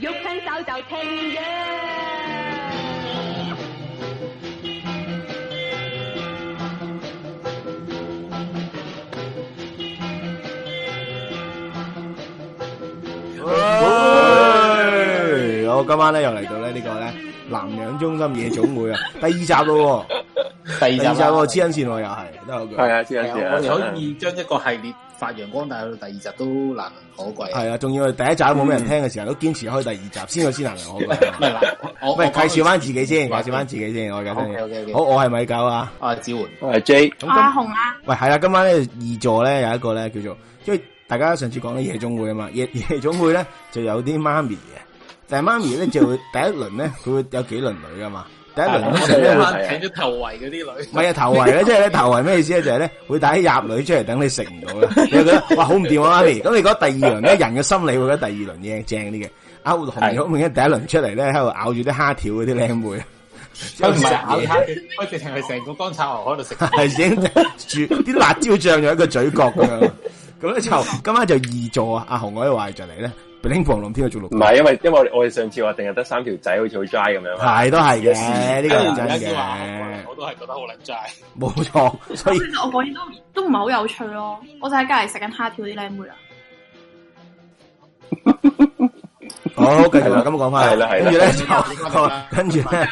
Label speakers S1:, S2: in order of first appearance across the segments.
S1: 雙手就聽嘅。
S2: 喂好，今晚咧又嚟到咧呢個咧南洋中心夜總會啊，第二集咯喎，
S3: 第二
S2: 第
S3: 集
S2: 二集啊
S3: 啦
S2: 喎，黐緊線喎又係，都有句
S3: 係啊，知啊知啊，
S4: 我哋可以將一個系列發揚光大去到第二集都難能可貴。
S2: 係啊，仲要係第一集都冇咩人聽嘅時候，都堅持開第二集先有先能好嘅
S4: 唔。
S3: 嗯
S4: 係嗱，我
S2: 唔係
S4: 我 講
S2: 介紹翻自己先，介紹翻自己先，我而家先
S4: OK，OK，OK
S2: 好，我係米狗啊。
S4: 啊，子桓
S3: 我係 J，
S2: 咁
S1: 阿
S2: 今
S1: 紅啊，
S2: 喂係啦，今晚咧二座咧有一個咧叫做，因為大家上次講咧夜總會啊嘛，夜 夜總會咧就有啲媽咪嘅，但係媽咪咧就會第一輪咧佢會有幾輪女噶嘛，第一輪
S3: 係
S2: 咧
S3: 啊
S2: 就咧
S3: 係
S2: 會
S3: 啊。
S4: 請咗頭圍嗰啲女
S2: 唔，係啊，頭圍咧，即係咧頭圍咩意思咧？就係咧會帶啲入女出嚟等你食唔到啦，你就覺得哇好唔掂啊媽咪。咁你覺得第二輪咧，人嘅心理會覺得第二輪嘢正啲嘅。啊，紅咗面第一輪出嚟咧，喺度咬住啲蝦條嗰啲靚妹，
S4: 佢唔係咬
S2: 咬
S4: 他，佢直情係成個乾炒牛喺度食。
S2: 係整住啲辣椒醬咗喺個嘴角咁樣。咁咧就今晚就二座啊，阿紅嗰啲壞着嚟咧，冰房龍天去做
S3: 唔
S2: 六，
S3: 係因為因為我哋上次話定係得三條仔，好似好 dry 咁樣嘛。
S2: 係都係嘅，呢個係
S4: 而家
S2: 真
S4: 先話
S2: 嘅，
S4: 我都係覺得好撚齋。
S2: 冇錯。所以
S1: 其實我嗰啲都都唔係好有趣咯，我就喺隔離食緊蝦條啲靚妹啊啦。
S2: 好，繼續啦，咁講翻，
S3: 係啦係啦
S2: 跟住咧
S4: 係啦
S2: 就，跟住咧，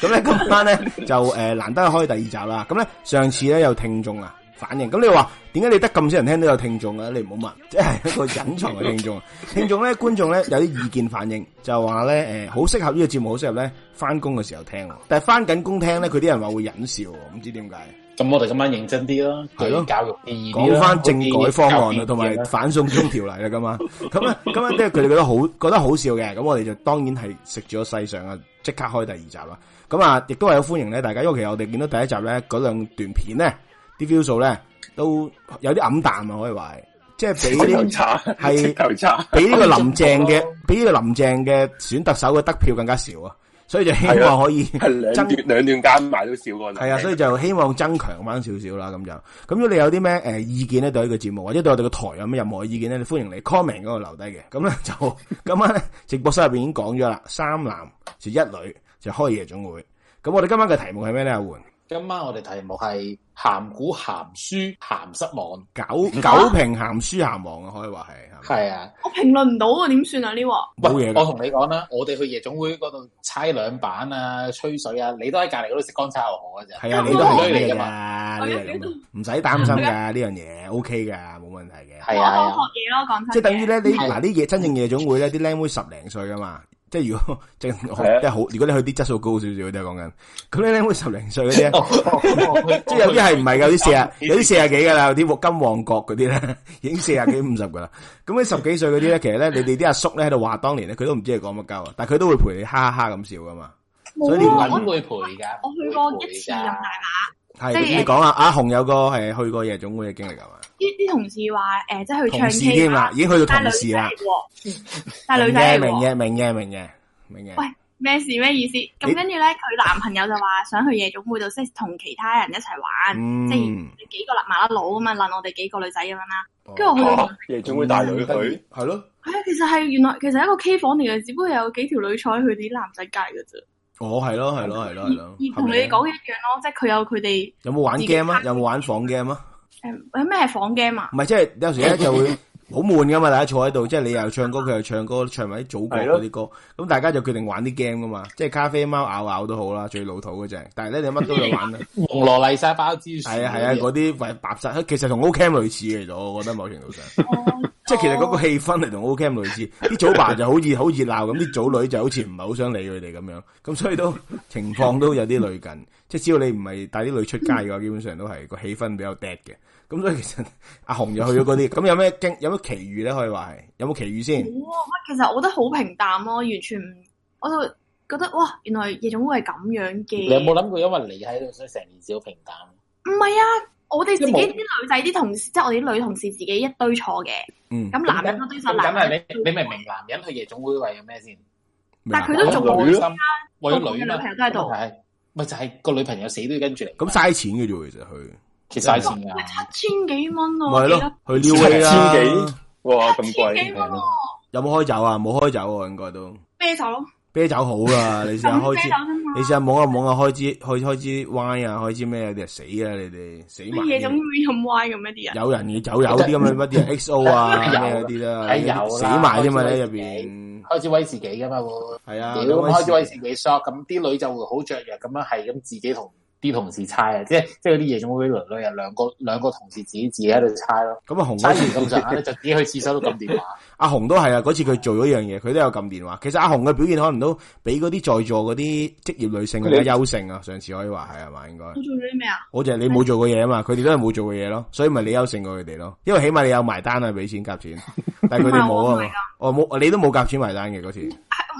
S2: 咁咧今晚咧就誒難得開第二集啦。咁咧上次咧有聽眾啊反應，咁你話點解你得咁少人聽都有聽眾啊？你唔好問，即係一個隱藏嘅聽啊眾。聽眾咧觀眾咧有啲意見反應，就話咧誒好適合呢個節目，好適合咧翻工嘅時候聽喎。但係翻緊工聽咧，佢啲人話會忍笑喎，唔知點解。
S4: 咁我哋今晚認真啲啦，
S2: 係咯
S4: 對教育意義啲啦
S2: 講翻政改方案啊啦，同埋
S4: 教育意義啦
S2: 反送中條例啦，咁啊， 咁啊，咁啊，即係佢哋覺得好，覺得好笑嘅，咁我哋就當然係食咗世上啊，即刻開第二集啦。咁啊，亦都係好歡迎咧大家，因為其實我哋見到第一集咧嗰兩段片咧，啲 view 數咧都有啲黯淡啊，可以話係，即係
S3: 直
S2: 俾
S3: 頭
S2: 呢
S3: 差，
S2: 係
S3: 直頭差，
S2: 比呢個林鄭嘅，比呢個林鄭嘅選特首嘅得票更加少啊，所以就希
S3: 係
S2: 望
S3: 啊
S2: 可以
S3: 係 兩
S2: 增
S3: 段兩段加埋都少過。
S2: 係啊，所以就希望增強翻少少啦，咁就咁。如果你有啲咩誒意見咧，對呢個節目或者對我哋個台有咩任何意見咧，你歡迎你 comment 嗰度留低嘅。咁咧就 今晚咧直播室入邊已經講咗啦，三男就一女就開夜總會。咁我哋今晚嘅題目係咩咧？阿焕
S4: 今晚我哋題目係鹹古鹹書鹹濕網，
S2: 九九平鹹書鹹王啊，可以話係係咪
S4: 係啊。
S1: 我評論唔到啊，點算啊呢鑊？
S4: 喂
S2: 冇嘢
S4: 我
S2: 㗎。
S4: 同你講啦，我哋去夜總會嗰度猜兩板啊、吹水啊，你都喺隔離嗰度食乾炒牛河嘅啫。
S2: 係啊，你都係
S4: 女嚟
S2: 嚟
S4: 㗎
S2: 噶
S4: 嘛
S2: 嘛，呢
S1: 我一
S2: 樣
S1: 直
S2: 嘢
S1: 都
S2: 唔使擔 心㗎，呢樣嘢 OK 㗎，冇問題嘅。
S1: 我
S4: 係啊，係
S1: 當
S4: 啊
S1: 學嘢咯，講真嘅。
S2: 即係等於咧，你
S4: 係
S2: 嗱啲夜真正夜總會咧，啲僆妹十零歲噶嘛。 即係如果即係好
S3: 係啊
S2: 即係好，如果你去啲質素高少少嗰啲講緊，咁啲僆妹十零歲嗰
S4: 啊
S2: 啲呢，即
S4: 即
S2: 係有啲係唔係㗎有啲四啊，有啲四啊幾噶啦，有啲金旺角嗰啲咧， 已經四啊幾五十噶啦。咁你十幾歲嗰啲咧，其實咧，你哋啲阿叔咧喺度話當年咧，佢都唔知你講乜鳩啊，但係佢都會陪你哈哈哈咁笑噶嘛。所以你
S1: 冇啊，
S2: 要
S1: 我
S4: 揾會賠㗎。
S1: 我去過一次咁啊大把。
S2: 係
S1: 即係
S2: 你講啊，阿紅有個係去過夜總會嘅經歷係嘛？
S1: 啲啲同事話誒，即係去唱
S2: 同事添
S1: K
S2: 啦，
S1: 啊
S2: 已經去到
S1: 帶
S2: 同
S1: 女
S2: 事
S1: 仔
S2: 啦
S1: 嚟。喎，帶女仔嚟
S2: 明
S1: 喎。
S2: 嘅，明嘅，明嘅，明嘅。
S1: 喂咩事咩意思？咁
S2: 你
S1: 跟住咧，佢男朋友就話想去夜總會度，即係同其他人一齊玩，
S2: 嗯
S1: 即係幾個麻甩佬咁啊，撚我哋幾個女仔咁樣啦。
S2: 哦
S1: 跟住我去到，
S3: 嚇夜總會大
S2: 嗯
S3: 女去，
S2: 係咯。
S1: 係啊，其實係原來其實係一個 K 房嚟嘅，只不過有幾條女坐喺佢哋啲男仔界嘅啫。
S2: 哦，係咯，係咯，係咯，係啊咯
S1: 而。同你講嘅一樣咯，即係佢有佢哋
S2: 有冇玩 game 啊？有冇玩房 game 啊？
S1: 誒咩房 game 啊？
S2: 唔係，即係有時咧就會好悶噶嘛，大家坐喺度，即係你又唱歌，佢又唱歌，唱埋啲祖國
S3: 係咯
S2: 嗰啲歌，咁大家就決定玩啲 game 噶嘛，即係咖啡貓咬咬都好啦，最老土嗰只。但係咧，你乜都有玩啦，啊
S4: 紅羅麗莎包之
S2: 係啊係啊，嗰啲喂白晒，其實同 O Cam 類似嘅，其實我覺得某程度上，
S4: 哦
S1: 哦
S2: 即係其實嗰個氣氛嚟同 O Cam 類似，啲祖爸就好熱好熱鬧咁，啲祖女就好似唔係好想理佢哋咁樣，咁所以 都情況都有啲類近，即係只要你唔係帶啲女出街嘅話，基本上都係個氣氛比較 dead 嘅。咁所以其實 阿紅又去咗嗰啲，咁有咩經有咩奇遇咧？可以話係有冇奇遇先？
S1: 冇啊！喂，其實我覺得好平淡咯，完全唔，我就覺得哇，原來夜總會係咁樣嘅。
S4: 你有冇諗過，因為你喺度，所以成件事好平淡？
S1: 唔係啊，我哋自己
S4: 即係
S1: 啲
S4: 冇
S1: 女仔啲同事，即係我哋啲女同事自己一堆坐嘅，
S2: 嗯，
S1: 咁男人嗰堆就
S4: 咁
S1: 男
S4: 係
S1: 人
S4: 你，你明唔明男人去夜總會為咗咩先？
S2: 明
S1: 但
S2: 白
S1: 係佢都仲
S4: 為咗女啊為
S1: 個
S4: 咗
S1: 個
S4: 女
S1: 女
S4: 啊嘛
S1: 朋友都喺度
S4: 係咪就係個女朋友死都要跟住你？
S2: 咁嘥錢嘅啫喎，其實佢
S4: 其實嘥錢㗎。
S1: 七千幾蚊
S2: 哦咪係
S1: 喎，記
S2: 咯，
S1: 得
S2: 去撩 A 啦，
S3: 千幾，哇咁
S1: 千幾
S3: 貴，
S1: 蚊喎，
S2: 有冇開酒啊？冇開酒喎，應該都
S1: 啤酒咯，
S2: 啤酒好啦，你試下
S1: 飲
S2: 開
S1: 啤
S2: 支
S1: 酒，啫嘛
S2: 你。試下摸下摸下開支開開支 Y 啊，開支咩啊？你哋死啊！你哋死埋
S1: 乜嘢總
S2: 添。
S1: 會咁歪嘅咩啲人？
S2: 有人嘅酒友啲咁嘅乜啲 XO 啊咩嗰啲
S4: 哎有啦
S2: 啦，死埋添嘛
S4: 開
S2: 你
S4: 支
S2: 喺入
S4: 威士忌
S2: 邊。
S4: 開始威自己噶嘛會。
S2: 係啊，
S4: 屌
S2: 有
S4: 咁
S2: 威士
S4: 開
S2: 忌
S4: 始為自己 shop，咁啲女就會好雀躍咁樣係咁自己同啲同事猜啊，即係即係嗰啲夜總會女女啊，兩個兩個同事自己自己喺度猜咯，
S2: 咁啊紅
S4: 猜
S2: 嗰
S4: 完
S2: 次
S4: 咁上下咧就自己去廁所度撳 電話，
S2: 阿紅都係啊，嗰次佢做咗一樣嘢，佢都有撳電話。其實阿紅嘅表現可能都比嗰啲在座嗰啲職業女性更加優勝啊。上次可以話係係嘛，應該
S1: 我做咗啲咩啊？
S2: 我就係你冇做過嘢啊嘛，佢哋都係冇做過嘢咯，所以咪你優勝過佢哋咯。因為起碼你有埋單啊，俾錢夾錢，但係佢哋冇
S1: 唔係我唔
S2: 啊
S1: 係㗎
S2: 嘛。我冇，你都冇夾錢埋單嘅嗰次。
S1: 係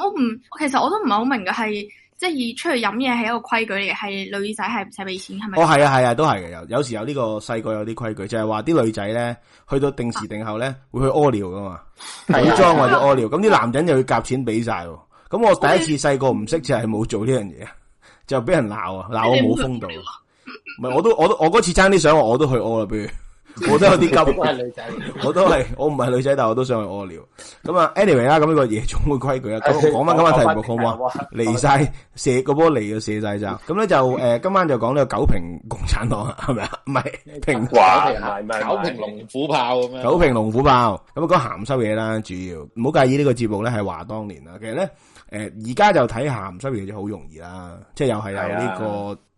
S1: 我唔，其實我都唔係好明嘅，係即係出去飲嘢係一個規矩嚟嘅，係女仔係唔使俾錢，係咪？
S2: 哦，係啊，係啊，都係嘅。有有時有呢個細個有啲規矩，就係話啲女仔咧去到定時定候咧會去屙尿噶嘛，
S4: 係啊啊嗯
S2: 女裝或者屙尿。咁啲男人就要夾錢俾晒喎。咁我第一次細個唔識就係冇做呢樣嘢， 就俾人鬧 啊，鬧我冇風度。唔係，我都我都我嗰次爭啲想我都去屙啦， 不如我都有啲
S4: 都
S2: 急。
S4: 係女仔，
S2: 我都係，我唔係女仔，但我都想去屙尿。咁啊，anyway 啦，咁呢個夜總會規矩啊，咁講翻今晚題目好唔好啊？離晒射個波離到射晒 咋，咁咧就诶、呃今晚就講呢個九平共產黨 啊，係咪啊？唔係平
S3: 哇，
S4: 九
S3: 唔係唔係
S4: 九瓶龍虎炮咁樣，
S2: 九平龍虎豹，咁啊講鹹濕嘢啦，主要唔好介意呢個節目咧係話當年啦。其實咧诶而家就睇鹹濕嘢就好容易啦，即係又係有呢、個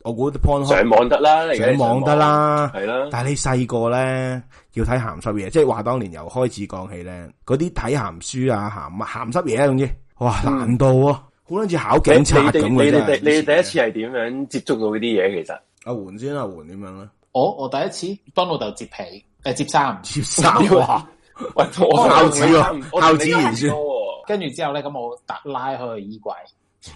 S2: 我估 p o n
S3: 啊上網得啦，你而家
S2: 上網得啦
S3: 上網，係啦，
S2: 但係你細個咧要睇鹹濕嘢，即係話當年由開始講起咧，嗰啲睇鹹書啊、鹹鹹濕嘢啊，總之哇難度啊，好撚似考
S3: 嗯你
S2: 警察
S3: 你
S2: 咁嘅
S3: 哋你
S2: 真
S3: 哋
S2: 係
S3: 你哋第一次係點樣接觸到呢啲嘢？其實
S2: 阿媛啊先，阿媛點樣咧？
S4: 我我第一次幫老豆接被誒接衫，
S2: 接衫
S4: 哇！
S3: 喂，我
S2: 孝子喎
S3: 我同
S2: 孝
S3: 你
S2: 子
S3: 差唔
S2: 言書
S3: 多
S4: 跟住之後咧，咁我搭拉開去衣櫃，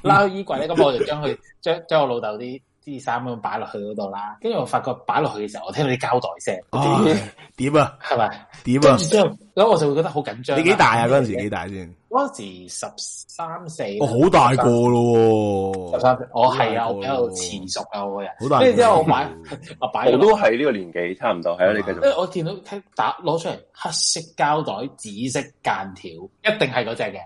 S4: 拉去衣櫃咧，咁我就將佢將將我老豆啲啲衫咁擺落去嗰度啦。跟住我發覺擺落去嘅時候，我聽到啲膠袋聲，
S2: 唉點啊？
S4: 係咪？
S2: 點
S4: 跟
S2: 啊
S4: 住？之後，咁我就會覺得好緊張。
S2: 你幾大啊？嗰陣時？幾大先？
S4: 嗰陣時十三四，
S2: 我好大個咯
S4: 十
S2: 喎，
S4: 三四，我係啊，
S2: 好大個
S4: 我比較遲熟啊，我個人。
S2: 好大個。
S4: 跟住之後我買我擺
S3: 喎，
S4: 咗
S3: 我
S4: 落，
S3: 都係呢個年紀，差唔多。係啊，你繼
S4: 因
S2: 嗯
S3: 續。
S4: 為我見到聽打攞出嚟黑色膠袋、紫色間條，一定係嗰只嘅。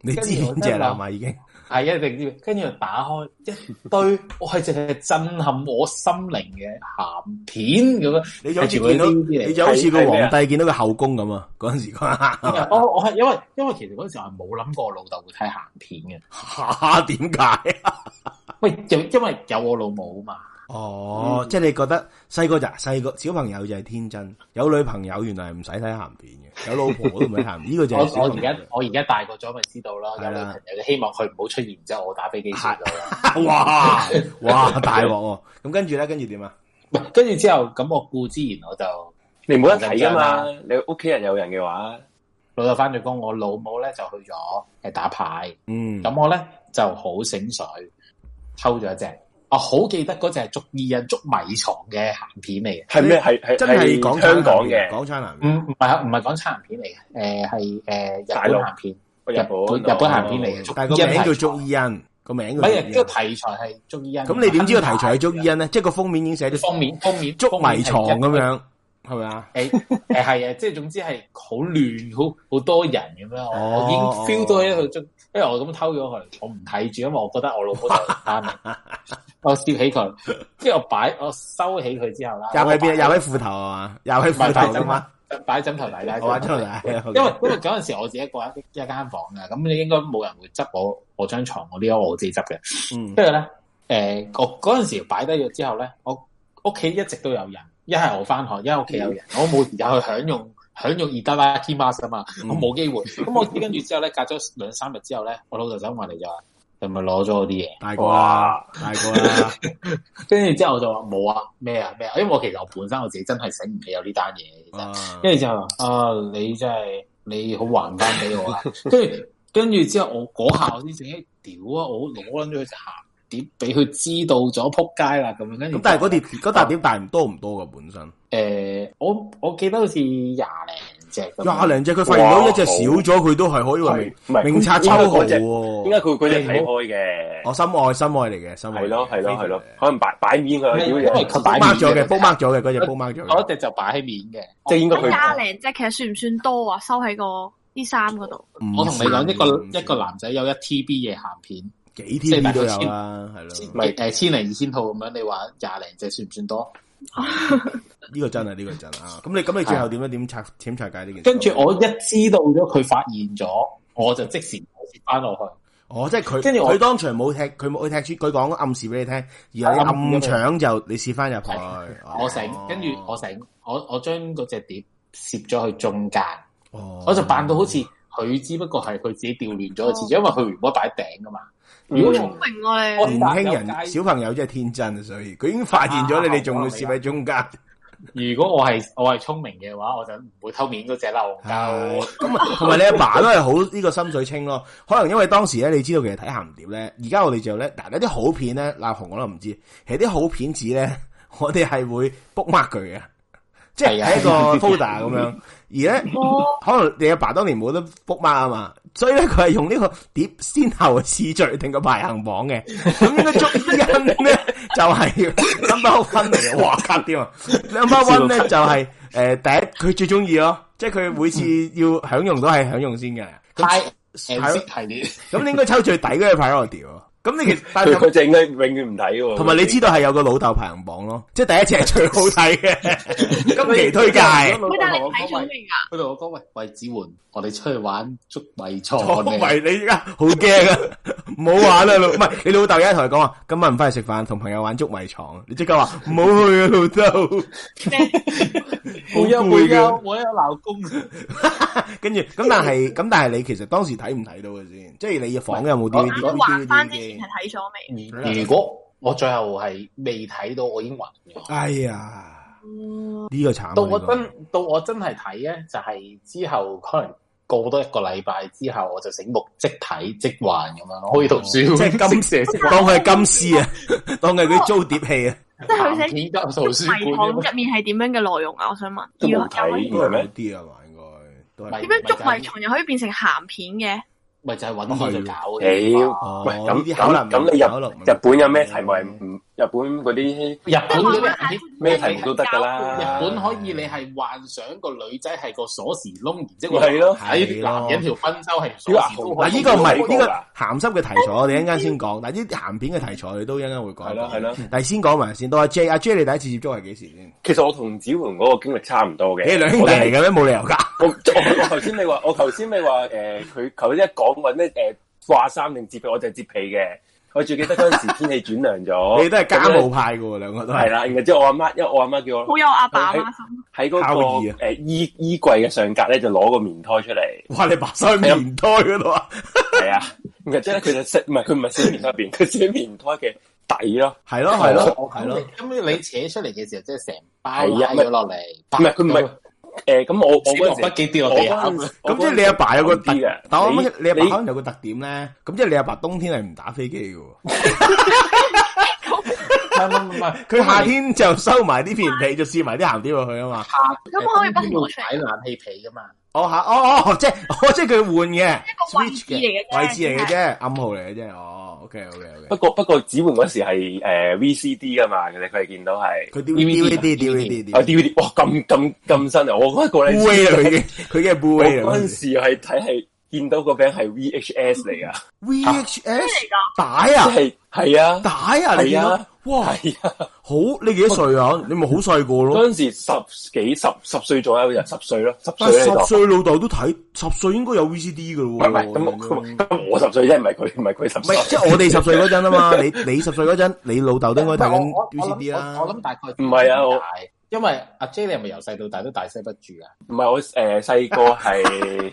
S2: 你知邊只啦係嘛？已經
S4: 係一定知，跟住打開一堆，我係淨係震撼我心靈嘅鹹片咁樣。
S2: 你就好似見到，
S4: 係全部呢啲嚟
S2: 你就好似
S3: 係
S2: 個
S3: 係咩啊
S2: 皇帝見到個後宮咁啊！嗰陣 時嗰下
S4: 我我係因為因為其實嗰陣時我係冇諗過我老豆會睇鹹片嘅，
S2: 嚇點解？
S4: 喂，就因為有我老母嘛，
S2: 哦，即係你覺得細個就細個小朋友就係天真，有女朋友原來係唔使睇鹹片嘅，有老婆都唔使睇鹹片，呢個就
S4: 我
S2: 係小
S4: 我
S2: 朋
S4: 而
S2: 友
S4: 家我而家大個咗咪知道啦，有
S2: 係
S4: 女
S2: 啦
S4: 朋友嘅希望佢唔好出現，然之後我打飛機算咗啦。
S2: 哇哇大鑊喎！咁跟住咧，跟住點啊？
S4: 唔係跟住之後咁我固之然我就
S3: 你冇得睇噶嘛？
S2: 啊
S3: 你屋企人有人嘅話，
S4: 老豆翻咗工，我老母咧就去咗誒打牌。
S2: 嗯，
S4: 咁我咧就好醒水，偷咗一隻。我好記得嗰隻係捉二人捉迷藏嘅鹹片嚟嘅，
S3: 係咩？係係
S2: 真係
S3: 係
S2: 講
S3: 香港嘅
S2: 港產男
S4: 唔唔係啊唔係講差鹹片嚟嘅，誒係誒
S3: 大
S4: 日
S3: 陸
S4: 本鹹片，
S3: 日哦
S4: 日
S2: 哦
S4: 本日本鹹片嚟嘅，捉
S2: 但係個
S4: 伊人
S2: 名叫
S4: 題材
S2: 捉伊恩，個名叫
S4: 唔
S2: 捉
S4: 係
S2: 伊
S4: 個
S2: 恩
S4: 題材係捉伊人。
S2: 咁你點知個題材係捉伊恩咧？即係個封面已經寫咗
S4: 封面封面
S2: 捉迷藏啊
S4: 封
S2: 咁
S4: 面
S2: 樣，係咪啊？
S4: 係一？誒誒係啊，即係總之係好亂，好好多人咁樣。我
S2: 哦
S4: 我已經 feel 到喺度捉，因為我咁偷咗佢，我唔睇住，因為我覺得我老母就係單嚟，我攝起佢，跟住我擺我收起佢之後啦，
S2: 又喺邊？
S4: 我擺
S2: 又喺褲頭啊嘛？又喺褲頭啫嘛？
S4: 擺枕頭底啦，
S2: 我話出嚟啊，
S4: 因為因為嗰陣時我自己一個人一間房嘅，咁你應該冇人會執我我張床嗰啲，我自己執嘅。
S2: 嗯
S4: 跟住咧，誒、我嗰陣時擺低咗之後咧，我屋企一直都有人，一係我翻學，一係屋企有人，我冇時間去享用享用 i t a l k i m a s 啊嘛，
S2: 嗯
S4: 我冇機會。咁我跟住之後咧，隔咗兩三日之後咧，我老豆走埋嚟就話：你係咪攞咗我啲嘢？
S2: 大個啦，大個啦，
S4: 跟住之後我就話冇啊，咩啊咩啊，因為我其實我本身我自己真係醒唔起有呢單嘢嘅其實。
S2: 啊
S4: 跟住之後啊，你真係你好還翻俾我啦。啊跟住跟住之後，我嗰下我先醒起，屌啊！我攞撚咗佢隻鹹碟，俾佢知道咗，撲街啦咁樣。跟住
S2: 咁但係嗰碟嗰笪碟大唔多唔多㗎本身
S4: 誒，我我記得好似廿零隻咁樣。
S2: 廿零隻，佢發現到一隻少咗，佢都係可以話
S3: 係唔係
S2: 明明察秋毫哦
S3: 點解點解
S2: 喎。哦
S3: 佢嗰隻睇開嘅？
S2: 我心愛心愛嚟嘅，心愛
S3: 係咯係咯係咯，可能擺擺面佢，
S4: 因
S3: 屌
S4: 為因為
S3: 嘢，
S4: 佢擺面
S2: book 咗嘅，book 咗 嘅嗰只 book 咗嘅
S4: 我一。隻就擺喺面嘅。
S3: 即係應該
S1: 咁廿
S3: 佢
S1: 零隻其實算唔算多啊？收喺個啲衫嗰度。
S4: 我同你講，一個
S2: 五
S4: 一個男仔有一 TB 嘅鹹片，
S2: 幾
S4: 即係
S2: TB
S4: 大概
S2: 都有啦，係咯，
S4: 咪誒千零二千套咁樣，你話廿零隻算唔算多？
S2: 呢個真係呢個真啊！咁你咁你最後點樣點拆點拆解呢件事？
S4: 跟住我一知道咗佢發現咗，我就即時接翻落去。
S2: 哦，即係佢，
S4: 跟
S2: 跟
S4: 住
S2: 住
S4: 我
S2: 佢當場冇踢，佢冇佢踢出，佢講暗示俾你聽，然
S4: 啊
S2: 後你暗搶就你試翻入去。哦
S4: 我醒，跟住我，醒，我我將嗰隻碟攝咗去中間，
S2: 哦
S4: 我就扮到好似佢只不過係佢自己調亂咗個次序，因為佢原本擺喺頂噶嘛。
S3: 嗯
S4: 如果
S1: 好
S4: 用
S1: 明喎
S4: 我
S1: 你，
S2: 年輕人小朋友真係天真，啊所以佢已經發現咗你，
S4: 啊
S2: 你仲會攝喺中間。
S4: 如果我係我係聰明嘅話，我就唔會偷面嗰只啦，我
S2: 係
S4: 鳩。
S2: 咁啊，同埋你阿爸都係好呢個心水清咯。可能因為當時咧，你知道其實睇鹹碟咧，而家我哋就咧，嗱有啲好片咧，嗱紅我都唔知，其實啲好片子咧，我哋係會 book mark 佢嘅，即係
S4: 係啊哦
S2: 喺一個 folder 咁樣。而咧，可能你阿爸當年冇得 book mark 啊嘛，所以咧佢係用呢個碟先後嘅次序定個排行榜嘅。咁應該捉因咧就係 number one 嚟嘅，哇卡添啊！number one 咧就係、诶、呃第一佢最中意咯，即係佢每
S1: 嗯
S2: 次要享用都係享用先嘅。
S4: 太
S2: 係咯
S4: MC 系列，
S2: 咁你應該抽最底嗰個 priority 喎。咁 你其實但
S3: 佢佢
S2: 係
S3: 就應該永遠唔睇喎。
S2: 同埋你知道係有個老豆排行榜咯，即係第一隻係最好睇 嘅，今期推介。
S1: 喂，但係
S4: 我
S1: 你睇咗
S4: 講喂，
S1: 未啊㗎？
S4: 佢同我講喂，喂子桓，我哋出去玩捉迷藏啊
S2: 我
S4: 嘅
S2: 為你而家好驚啊！唔好玩啦，老唔係你老豆而家同佢講話，今晚唔翻去食飯，同朋友玩捉迷藏。你即刻話唔好去啊，老豆。好
S4: 會啊
S2: 攰
S4: 會啊
S2: 嘅，
S4: 我有鬧工。
S2: 跟住咁，但係咁，但係你其實當時睇唔睇到嘅先？即係你嘅房有冇啲呢
S1: 我話翻之
S2: 啲
S1: 前係睇咗未？
S4: 如果我最後係未睇到，我已經暈咗。
S2: 哎呀，呢個慘啊。
S4: 到我
S2: 呢個
S4: 真到我真係睇咧，就係、之後可能過多一個禮拜之後，我就醒目即睇即還咁樣咯，好似讀書
S2: 即係 金
S4: 蛇式
S2: 當佢係金絲啊，當佢係嗰啲租碟器啊，
S1: 即係佢寫
S4: 片入圖書
S1: 迷
S4: 館
S1: 堂
S4: 咁樣
S1: 入面係點樣嘅內容啊？我想問，
S3: 都冇
S1: 要
S3: 睇
S1: 有冇
S3: 應該係咩
S2: 好啲啊嘛，應該都係
S4: 咪
S1: 點樣捉迷藏又可以變成鹹片嘅？
S4: 咪就係揾佢就搞
S3: 屌
S4: 嘅。
S2: 哦
S3: 喂
S2: 呢
S3: 咁
S2: 啲考
S3: 咁
S2: 能
S3: 咁你
S2: 考能
S3: 日日本有咩題目係唔日本嗰啲
S4: 日本 嗰啲
S3: 咩題目都得㗎
S4: 日
S3: 啦？
S4: 本可以你係幻想個女仔係個鎖匙窿，然之後
S3: 係咯
S4: 喺男人條分州係鎖匙窿。
S2: 嗱，
S3: 嗱
S2: 呢
S3: 呢
S2: 個
S3: 個
S2: 唔
S3: 唔
S2: 係
S3: 係
S2: 呢個鹹濕嘅題材，我哋一陣間先講。但係啲鹹片嘅題材，你都一陣間會講。
S3: 係咯係咯。
S2: 但係先講埋先。到阿 J，阿 J 你第一次接觸係幾時先？
S3: 其實我同子桓嗰個經歷差唔多嘅。
S2: 你係兩兄弟嚟嘅咩？冇理由㗎。
S3: 我我我頭先你話，我頭先你話誒，佢頭先一講話咩誒掛衫定摺被，我就係摺被嘅。我最記得嗰陣時天氣轉涼 咗，
S2: 你都係家務派嘅喎，兩個都
S3: 係
S2: 係。
S3: 啦。然後之後我阿媽，因為我阿媽叫我
S1: 好有阿爸阿媽心，
S3: 喺嗰、個
S2: 烤耳啊
S3: 誒、衣衣櫃嘅上格咧，就攞個棉胎出嚟，
S2: 哇！你白晒棉胎嗰度啊，
S3: 係啊。然後之後咧，佢就識唔係佢唔係寫棉胎入邊，佢寫棉胎嘅底咯。
S2: 係咯係咯係
S4: 咁
S2: 咯。
S4: 你咁你扯出嚟嘅時候，即係成包
S3: 係啊
S4: 拉咗落嚟。唔
S3: 係佢唔係誒、咁我我
S4: 我
S3: 嗰
S4: 嗰
S3: 陣時
S4: 筆記跌落
S3: 我
S4: 地下咁
S3: 嗰陣
S4: 樣。
S3: 時
S2: 咁即係你阿爸有個特
S3: 我嗰陣時嘅，
S2: 但我諗
S3: 你
S2: 起你阿爸
S3: 你
S2: 可能有個特點咧，咁即係你阿爸冬天係唔打飛機嘅喎。
S4: 唔係唔係唔係，
S3: 哦
S2: 佢夏天就收埋啲片皮，就試埋啲鹹碟落去啊嘛。
S1: 咁可以不停
S4: 要
S1: 攞出嚟
S4: 睇冷氣被噶嘛？
S2: 哦吓，哦哦，即係 哦，即係佢換嘅
S1: 一個位置嚟嘅啫，
S2: 位置嚟嘅啫，暗號嚟嘅啫。哦，OK OK OK。
S3: 不過不過子桓嗰時係誒、VCD 噶嘛，其實佢哋見到係
S2: 佢 DVD DVD DVD
S3: 啊 DVD，哇咁咁咁新啊！我嗰個咧
S2: b，u 啦，佢已經佢已經係 b
S3: 我
S2: u 啦。
S3: 嗰陣時係睇係見到個餅係 VHS 嚟噶，
S1: 咩
S2: VHS
S1: 嚟㗎？
S2: 帶啊
S3: 即係係啊
S2: 帶啊，你見到
S3: 係啊
S2: 哇
S3: 係啊！
S2: 好，你幾多歲啊？你咪好細個咯。
S3: 嗰陣時十幾十十歲左右，人十歲咯，十
S2: 但
S3: 歲
S2: 係
S3: 呢
S2: 啊十
S3: 度。
S2: 歲老豆都睇，十歲應該有 VCD 噶
S3: 唔
S2: 咯
S3: 係唔
S2: 喎。
S3: 係咁
S2: 咁
S3: 我，咁啊我十歲啫，唔係佢唔係
S2: 哦
S3: 佢
S2: 唔係
S3: 十
S2: 即
S3: 歲，
S2: 係我哋十歲嗰陣啊嘛。你 你十歲嗰陣，你老豆都應該睇緊
S4: 我我我
S2: VCD 啦
S4: 我。我諗大概
S3: 唔係啊我，
S4: 因為阿 J 你係咪由細到大都大西北住啊？
S3: 唔係我誒細個係，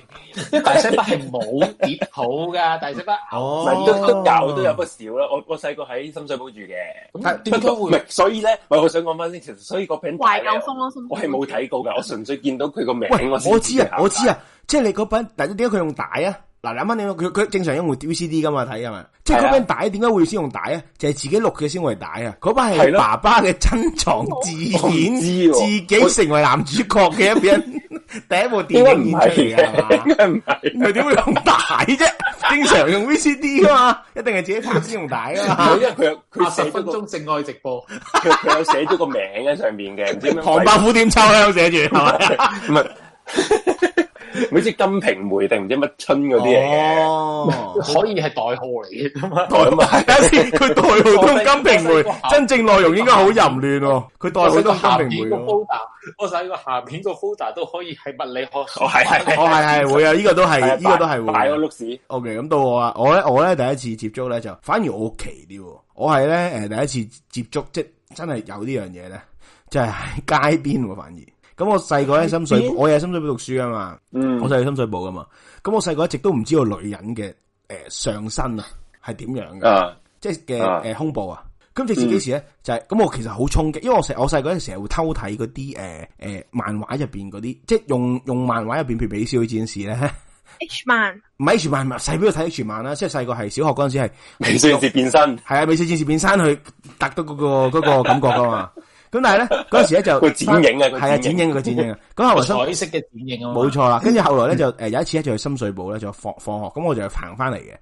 S4: 因為大西北係冇碟好噶，大西北
S2: 哦
S3: 唔係都都有都有不少啦。我我細個喺深水埗住嘅，
S4: 咁
S3: 不
S4: 點解
S3: 過唔
S4: 會
S3: 係，所以咧，喂，我想講翻先，其實所以個餅
S1: 懷
S3: 帶
S1: 舊
S3: 呢
S1: 風咯，心
S3: 我係冇睇過㗎，我純粹見到佢個名
S2: 喂，
S3: 先
S2: 我知啊，我知
S3: 啊，
S2: 啊，即係你嗰版，但點解佢用帶啊？嗱，你啱啱點講佢佢正常用 VCD 噶嘛睇噶嘛，即係
S3: 係
S2: 嗰
S3: 啊
S2: 版帶點解會先用帶啊？就係自己錄嘅先為帶啊，嗰版
S3: 係
S2: 係
S3: 咯
S2: 爸爸嘅珍藏自
S3: 我唔
S2: 演，
S3: 知喎
S2: 自己成為男主角嘅一篇 第一部電
S3: 應該
S2: 影
S3: 唔
S2: 演出嚟
S3: 係
S2: 嘅係
S3: 嘅，
S2: 嘛
S3: 應？該唔係。
S2: 佢點會 用帶啫？正常用 VCD 噶嘛，一定係自己拍先用帶噶嘛。
S3: 因為佢有
S4: 八
S3: 佢
S4: 十
S3: 寫
S4: 分
S3: 咗個
S4: 鐘性愛直播？
S3: 佢佢有寫咗個名喺上面嘅，唔知咩鬼
S2: 啊唐 伯虎點秋香寫住係咪？
S3: 唔係好似金瓶梅定唔知乜春嗰啲嚟嘅。
S2: 哦，
S4: 可以係代號嚟嘅啫嘛。
S2: 代码睇下先，佢代号都金瓶梅
S4: 我細個鹹，
S2: 真正內容應該好淫亂喎。佢代號
S4: 我細
S2: 都
S4: 個下
S2: 金
S4: 邊
S2: 瓶梅
S4: 個
S2: 喎。
S4: folder，我細個下邊個 folder 都可以係物理學。
S3: 哦係係係
S2: 哦， 係係會啊，呢個都係，呢個都係會
S3: 擺個
S2: 嘅。
S3: 碌屎，
S2: O K，咁到我啦，我咧我咧第一次接觸咧就反而我奇啲喎，我係咧诶第一次接觸，即係真係有呢樣嘢咧，就係喺街邊喎反而。咁我細個喺深水埗，我又喺深水埗讀書啊嘛，
S3: 嗯
S2: 我，就喺深水埗噶嘛。咁我細個一直都唔知道女人嘅诶、呃上身啊係點樣嘅，
S3: 啊，
S2: 即係
S3: 啊
S2: 嘅
S3: 嗯
S2: 诶胸部啊。咁直至幾時咧？就係、咁，我其實好衝擊，因為我成我細個嗰陣時係會偷睇嗰啲誒誒漫畫入邊嗰啲，即係用用漫畫入邊譬如俾小戰士咧。
S1: H man
S2: 唔係 H 漫，唔係細邊度睇 H 漫啦，即係細個係小學嗰陣時係
S3: 美少女節變身
S2: 係啊，美少女戰士變身去達到嗰、個嗰、個感覺噶嘛。咁但係咧嗰陣時咧 就
S3: 個剪影啊個
S2: 係啊
S3: 剪
S2: 剪
S3: 影
S2: 影啊個剪影啊。咁後來深
S4: 彩色嘅剪影啊嘛，
S2: 冇錯 啦，跟住後來咧就誒有一次咧就去深水埗咧就放放學，咁我就行翻嚟嘅。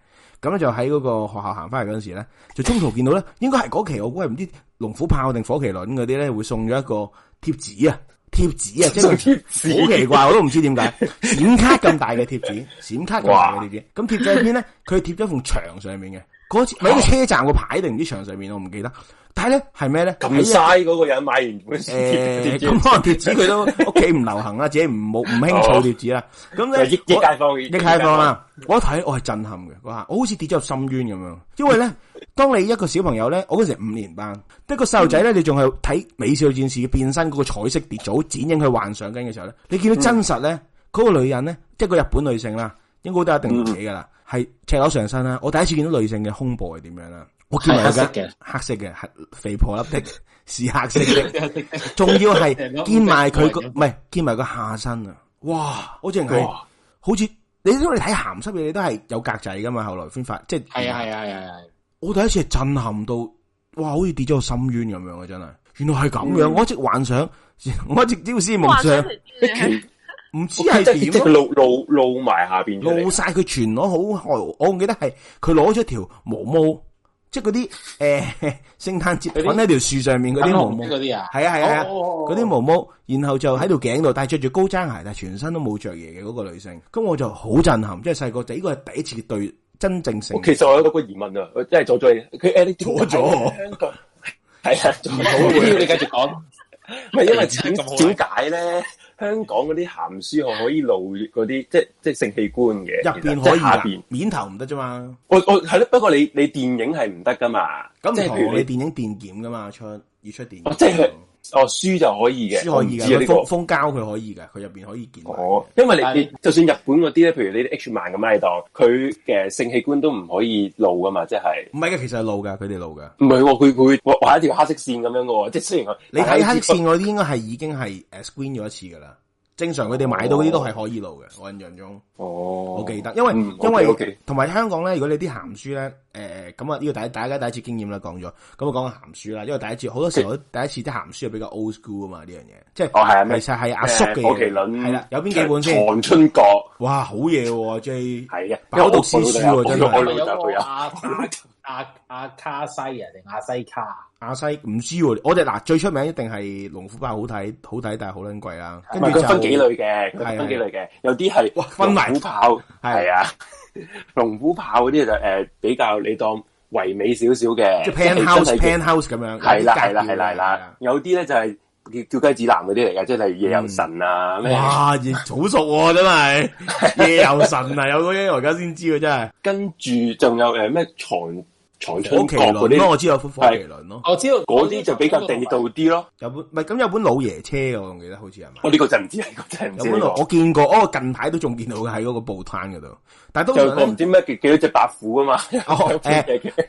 S2: 咁咧就喺嗰個學校行翻嚟嗰陣時咧，就中途見到咧，應該係嗰期我估係唔知龍虎豹定火麒麟嗰啲咧，會送咗一個貼紙啊，貼紙啊，即係
S3: 送
S2: 個
S3: 貼紙
S2: 好奇怪，我都唔知點 解，閃卡咁大嘅貼紙，閃卡咁大嘅貼紙，咁貼咗喺邊咧？佢貼咗喺埲牆上面嘅，嗰次咪喺個車站個牌定唔知牆上面，我唔記得。但係咧係咩咧？
S3: 咁啊
S2: 喺
S3: 嘥嗰個人買完本書
S2: 诶，
S3: 貼
S2: 咁可能貼紙佢都屋企唔流行啊啦，自己唔冇唔興儲貼紙啦。啊
S4: 哦
S2: 咁
S3: 貼
S2: 咧，
S3: 益益街坊，益
S2: 益解放，啦！啊我一睇我係震撼嘅，嗰下我好似跌咗入深淵咁樣。因為咧， 當你一個小朋友咧，我嗰時係五年班，得個細路仔咧，你仲係睇美少女戰士嘅變身嗰個彩色碟組剪影去幻想緊嘅時候咧，你見到真實咧，
S4: 嗯
S2: 嗰、個女人咧，即係個日本女性啦，應該都有一定年紀噶啦，
S4: 嗯
S2: 係赤裸上身啦。我第一次見到女性嘅胸部係點樣啦，我見埋有
S4: 係黑色
S2: 間
S4: 嘅
S2: 黑色嘅，係肥婆粒的，是黑色的。
S4: 錯。
S2: 仲要 係兼埋佢個
S4: 係
S2: 唔係兼埋個下身啊！哇，我淨係
S4: 哇
S2: 好似你都你睇鹹濕嘢，你都係有格仔噶嘛？後來先發即係
S4: 係啊係啊係啊，係啊
S2: 我第一次係震撼到，哇！好似跌咗個深淵咁樣啊！真係，原來係咁
S4: 嗯
S2: 樣，我一直幻想， 我一直朝思
S1: 哇
S2: 夢想，唔知係
S3: 即係
S2: 點啊
S3: 露露露埋下邊出嚟
S2: 露晒佢全裸好害我唔記得係佢攞咗條毛毛，即係嗰啲誒 聖誕節
S4: 啲
S2: 揾喺條樹上面嗰啲
S4: 粉
S2: 毛
S4: 紅
S2: 毛
S4: 色。嗰啲啊，
S2: 係啊係啊係啊
S4: 哦哦哦
S2: 嗰啲毛毛，然後就喺條頸度，但係着住高踭鞋，但係全身都冇着嘢嘅嗰個女性，咁我就好震撼，即係細個第呢個係第一次對真正性
S3: 我其實我有個疑問啊，我真係阻咗你。佢 Andy
S2: 阻咗我
S3: 香港係啊，阻
S4: 好
S3: 咗
S4: 你
S3: 你。
S4: 繼續講。
S3: 唔係因
S4: 真
S3: 為
S4: 係
S2: 啊
S4: 咁好
S3: 點點解咧？香港嗰啲鹹書係可以露嗰啲，即係即係性器官嘅，
S2: 入
S3: 其實
S2: 邊
S3: 即
S2: 可
S3: 係
S2: 以
S3: 下
S2: 噶
S3: 邊。，
S2: 面頭唔得啫嘛。
S3: 我我係咯，不過你你電影係唔得噶嘛？
S2: 咁唔
S3: 即係
S2: 同
S3: 譬如
S2: 你
S3: 你
S2: 電影電檢噶嘛，出要出電
S3: 哦即係佢
S2: 影，
S3: 哦書就可以嘅，
S2: 書可以
S3: 我唔知啊
S2: 噶，
S3: 呢個
S2: 封封膠佢可以噶，佢入邊可以見埋嘅。
S3: 哦，因為
S4: 但
S3: 你
S4: 係
S3: 你就算日本嗰啲咧，譬如你啲 H 漫咁啦，你當佢嘅性器官都唔可以露噶嘛，即係
S2: 唔係嘅，其實係露噶，佢哋露噶。
S3: 唔係喎？佢佢畫畫一條黑色線咁樣嘅喎，即係雖然佢
S2: 你睇黑線嗰啲應該係已經係誒 screen 咗一次噶啦。正常佢哋買到嗰啲都係可以露嘅，我印象中。
S3: 哦，嗯
S2: 我
S3: 我
S2: 記得，因為、因
S3: O K
S2: 為同埋香港咧，如果你啲鹹書咧，誒咁啊，呢個第一大家第一次經驗啦，講咗咁啊，講下鹹書啦，因為第一次好多時候第一次啲鹹書係比較 old school 啊嘛，呢樣嘢即係
S3: 哦係啊咩
S2: 其實係阿叔嘅
S3: 誒火麒
S2: 嘢，
S3: 麟
S2: 係啦，有邊幾本先？
S3: 藏春閣
S2: 哇，好嘢喎，J
S3: 係啊，
S2: 飽讀詩
S3: 因為
S2: 書
S3: 我
S2: 喎，
S3: 我
S2: 真
S3: 我
S4: 係
S2: 係
S4: 咪
S3: 老
S4: 有
S3: 豆
S4: 個
S3: 佢啊，
S4: 阿阿阿阿卡西啊定阿西卡啊？
S2: 阿西唔知喎，我哋嗱最出名一定係龍虎豹好睇，好睇但係好撚貴啦，
S3: 唔
S2: 跟
S3: 係
S2: 住就
S3: 佢分幾類嘅，佢
S2: 係啊
S3: 分幾類嘅，有啲係
S2: 哇分埋
S3: 龍虎豹，
S2: 係
S3: 係啊，龍虎豹嗰啲就誒比較你當唯美少少嘅，
S2: 即係
S3: 係真
S2: penthouse
S3: 係叫
S2: penthouse 咁樣，
S3: 係啦，
S2: 有啲
S3: 係啦，
S2: 格調
S3: 係啦，係
S2: 嘅啊
S3: 啦。。有啲咧就係叫叫雞指男嗰啲嚟嘅，即係例如夜遊神啊，咩
S2: 嗯哇！亦早熟喎、真 係夜遊神啊，有嗰啲我而家先知嘅真係。
S3: 跟住仲有誒咩藏藏春
S2: 火
S3: 閣嗰
S2: 麒麟咯，
S3: 啲，
S2: 我知有本火麒麟咯，
S4: 我知道
S3: 嗰啲就比較地道啲咯。
S2: 有本唔係咁有本老爺車嘅我仲記得好似係咪？
S3: 哦我呢個就唔知，呢個真係唔
S2: 有
S3: 知
S2: 本
S3: 呢
S2: 老我
S3: 個。
S2: 見過，哦近排都仲見到嘅喺嗰個報攤嗰度，但係
S3: 就
S2: 通常
S3: 個唔
S2: 咧，
S3: 知咩幾幾多隻白虎啊嘛。
S2: 哦誒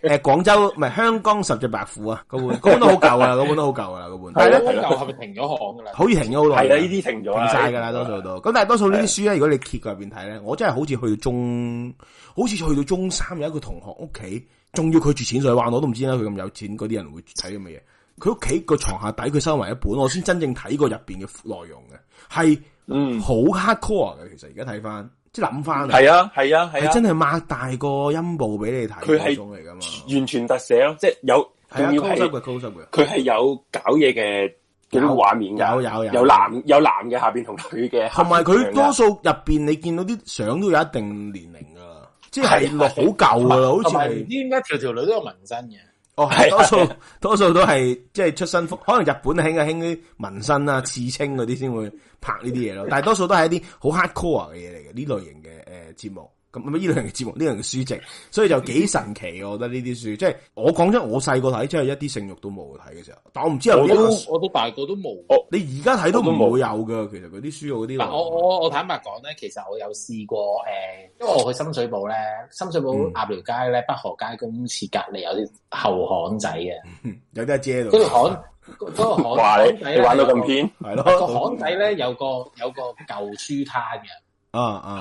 S2: 誒廣州唔係香港十隻白虎啊，嗰本嗰本都好舊啊，嗰本都好舊啊，嗰本，但係
S4: 係咧，
S2: 咧
S3: 係
S4: 嗰
S3: 啦
S4: 嚿係咪停咗行㗎啦？
S2: 好似停咗好耐
S3: 係
S2: 㗎，
S3: 啦，呢啲停咗
S2: 停
S3: 啦，
S2: 晒㗎啦，多數都。咁但係多數呢啲書咧，如果你揭佢入邊睇咧，我真係好似去到中，好似去到中三有一個同學屋企，仲要佢住淺水灣，我都唔知點解佢咁有錢，嗰啲人會睇咁嘅嘢。佢屋企個床下底，佢收埋一本，我先真正睇過入邊嘅內容嘅，係
S3: 嗯，
S2: 好 hardcore 嘅。其實而家睇翻，即係諗翻，
S3: 係啊，係啊，係
S2: 係
S3: 啊
S2: 真，係擘大個陰部俾你睇
S3: 佢係
S2: 嗰種嚟㗎嘛。
S3: 完全特寫咯，即係有
S2: 係啊
S3: 仲要
S2: ，close
S3: 係
S2: up 嘅 close up 嘅，
S3: 佢係有搞嘢嘅嘅呢個畫面㗎，
S2: 有有有
S3: 有男有男嘅下邊同女嘅下邊
S2: 同埋
S3: 咁樣
S2: 佢
S3: 㗎
S2: 多數入边你見到啲相都有一定年齡噶啦，即係落好舊噶啦，好
S4: 同
S2: 似
S4: 埋唔知
S2: 係
S4: 點解條條女都有紋身嘅，
S2: 哦，
S3: 係
S2: 多數 多數都係即係出身風，可能日本興嘅興啲紋身啊、刺青嗰啲先會拍呢啲嘢咯，但係多數都係一啲好 hardcore 嘅嘢嚟嘅呢類型嘅诶节目。咁咁呢類型嘅節目，呢類型嘅書籍，所以就幾神奇，我覺得呢啲書，即係我講真，我細個睇真係一啲性慾都冇睇嘅時候，但我唔知有呢
S4: 我
S2: 個
S4: 都我都大個都冇。
S2: 你而家睇都唔會有噶，其實嗰啲書我嗰啲
S4: 嗱，我我我坦白講咧，其實我有試過誒、因為我去深水埗咧，深水埗
S2: 嗯
S4: 鴨寮街咧，北河街公廁隔離有啲後巷仔嘅，
S2: 有啲阿姐喺
S4: 嗰條
S2: 度，
S4: 巷嗰嗰個巷
S3: 嗯 哇！
S4: 巷
S3: 你
S4: 仔
S3: 你玩到咁
S4: 偏，
S3: 偏
S2: 係
S4: 個
S2: 咯，
S4: 巷仔咧有個有個舊書攤嘅，
S2: 啊啊，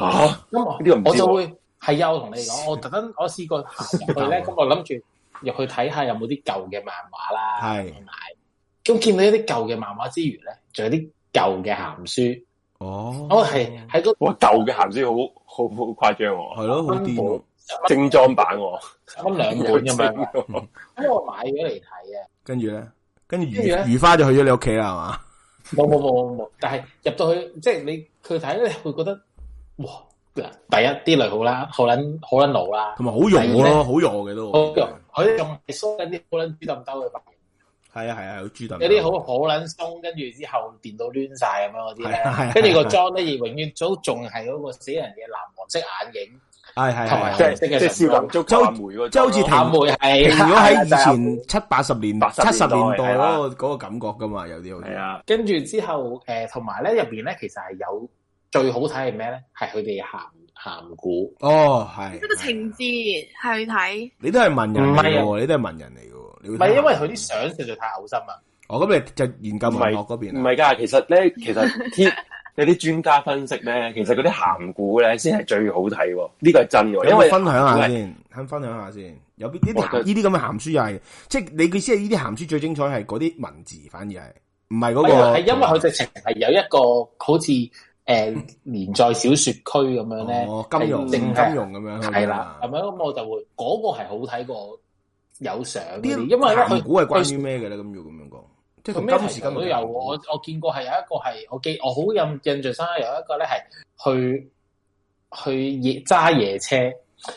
S3: 嚇，
S4: 咁我
S3: 呢個唔知喎
S4: 我就會係啊，我同你講，我特登我試過行入 去咧，咁我諗住入去睇下有冇啲舊嘅漫畫啦，
S2: 係
S4: 買，咁見到一啲舊嘅漫畫之餘咧，仲有啲舊嘅鹹書，
S2: 哦，
S4: 我係喺嗰
S3: 哇！舊嘅鹹書好好好誇張喎，
S2: 係咯，好
S4: 哦
S2: 癲喎，
S3: 精裝版喎，
S4: 咁兩本咁樣。
S3: 樣。
S4: 咁我買咗嚟睇嘅，
S2: 跟住咧，跟住
S4: 跟住呢
S2: 如如花就去咗你屋企啦，係嘛？
S4: 冇冇冇冇冇，但係入到去即係你佢睇咧，你會覺得哇嗱，第一啲女好啦，好撚好撚老啦，
S2: 同埋好弱
S4: 係
S2: 咯，
S4: 呢
S2: 好弱嘅都，
S4: 好佢仲係梳緊啲好撚豬氹兜嘅髮型，
S2: 係啊係啊，有豬蛋，
S4: 有啲好好撚鬆，跟住之後電到攣晒咁樣嗰啲
S2: 係啊係啊
S4: 咧，跟住個妝咧亦永遠都仲係嗰個死人嘅藍黃色眼影，
S2: 係係
S4: 同埋
S2: 係
S3: 即
S2: 係，
S3: 係即係少林足球阿啊梅嗰種咯
S2: 即係好似停
S4: 淡梅係啊
S2: 停咗喺
S4: 就係咁
S2: 以前七八十年代、
S3: 80
S2: 七十年代
S3: 年代係啦
S2: 嗰
S4: 啊
S2: 個嗰個感覺噶嘛，有啲好
S3: 係
S2: 似，
S3: 啊，
S4: 跟住之後，誒同埋咧入邊咧，其實係有最好睇係咩咧？係佢哋鹹鹹股，
S2: 哦係，
S1: 呢個情
S2: 係
S1: 節去睇，
S2: 你都係文人嚟嘅
S4: 唔啊
S2: 喎，你都係文人嚟嘅喎，你
S4: 唔
S2: 會
S4: 係
S2: 睇啊
S4: 因為佢啲相實在太嘔心啊啦。
S2: 哦咁你就研究文學嗰邊
S3: 唔
S2: 啊
S3: 係㗎，其實咧，其實啲 有啲專家分析咧，其實嗰啲鹹股咧先係最好睇喎，呢個係真
S2: 有
S3: 喎，
S2: 冇
S3: 因為
S2: 分享下
S3: 喂
S2: 先，肯分享下先。有邊呢啲
S3: 我覺
S2: 鹹
S3: 得
S2: 呢啲咁嘅鹹書又係，即係你嘅意思係呢啲鹹書最精彩係嗰啲文字，反而係唔係嗰
S4: 係啊
S2: 個
S4: 係因為佢直情係有一個好似誒、呃、連載小説區咁樣咧，
S2: 哦金融
S4: 係
S2: 金
S4: 淨係
S2: 融咁樣
S4: 係啦，咁
S2: 呢
S4: 樣咁我就會嗰、個係好睇過有相嗰啲，
S2: 啲
S4: 因為咧
S2: 鹹
S4: 佢
S2: 股係關於咩嘅咧？咁要咁樣講，即係
S4: 佢
S2: 同
S4: 咩
S2: 今
S4: 題
S2: 時
S4: 材
S2: 今日
S4: 都有喎。我我見過係有一個係我記我好印印象深刻有一個咧係去去夜揸夜 車，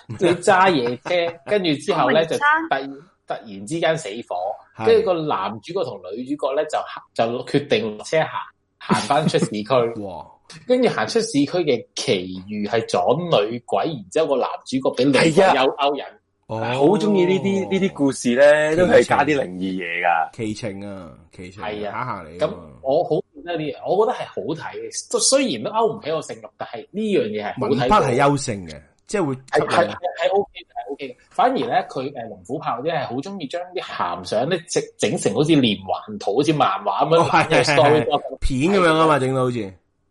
S4: 你揸夜車，跟住之後咧就突然突然之間死火。
S2: 係
S4: 跟住個男主角同女主角咧就行就決定落車行行翻出市 區，
S2: 哇，
S4: 跟住行出市區嘅奇遇係撞女鬼，然之後個男主角俾女鬼
S3: 係啊
S4: 有勾引，
S2: 哦
S3: 好中意呢啲呢啲故事咧，都係加啲靈異嘢㗎。
S2: 奇情啊，奇情
S4: 係啊
S2: 打下你啊
S4: 咁
S2: 嘛
S4: 我好記得呢樣，我覺得係好睇嘅，都雖然都勾唔起我性慾，但係呢樣嘢係好
S2: 文筆
S4: 睇過。
S2: 係優勝嘅，即係會
S4: 係
S2: 吸
S4: 係
S2: 引
S4: 係 O K 嘅，係 O K 嘅。反而咧，佢誒龍虎豹啲係好中意將啲鹹相咧整整成好似連環圖，好似漫畫咁
S2: 哦係
S4: 樣
S2: 係
S4: 嘅 story
S2: 係片咁樣啊嘛，整到好似。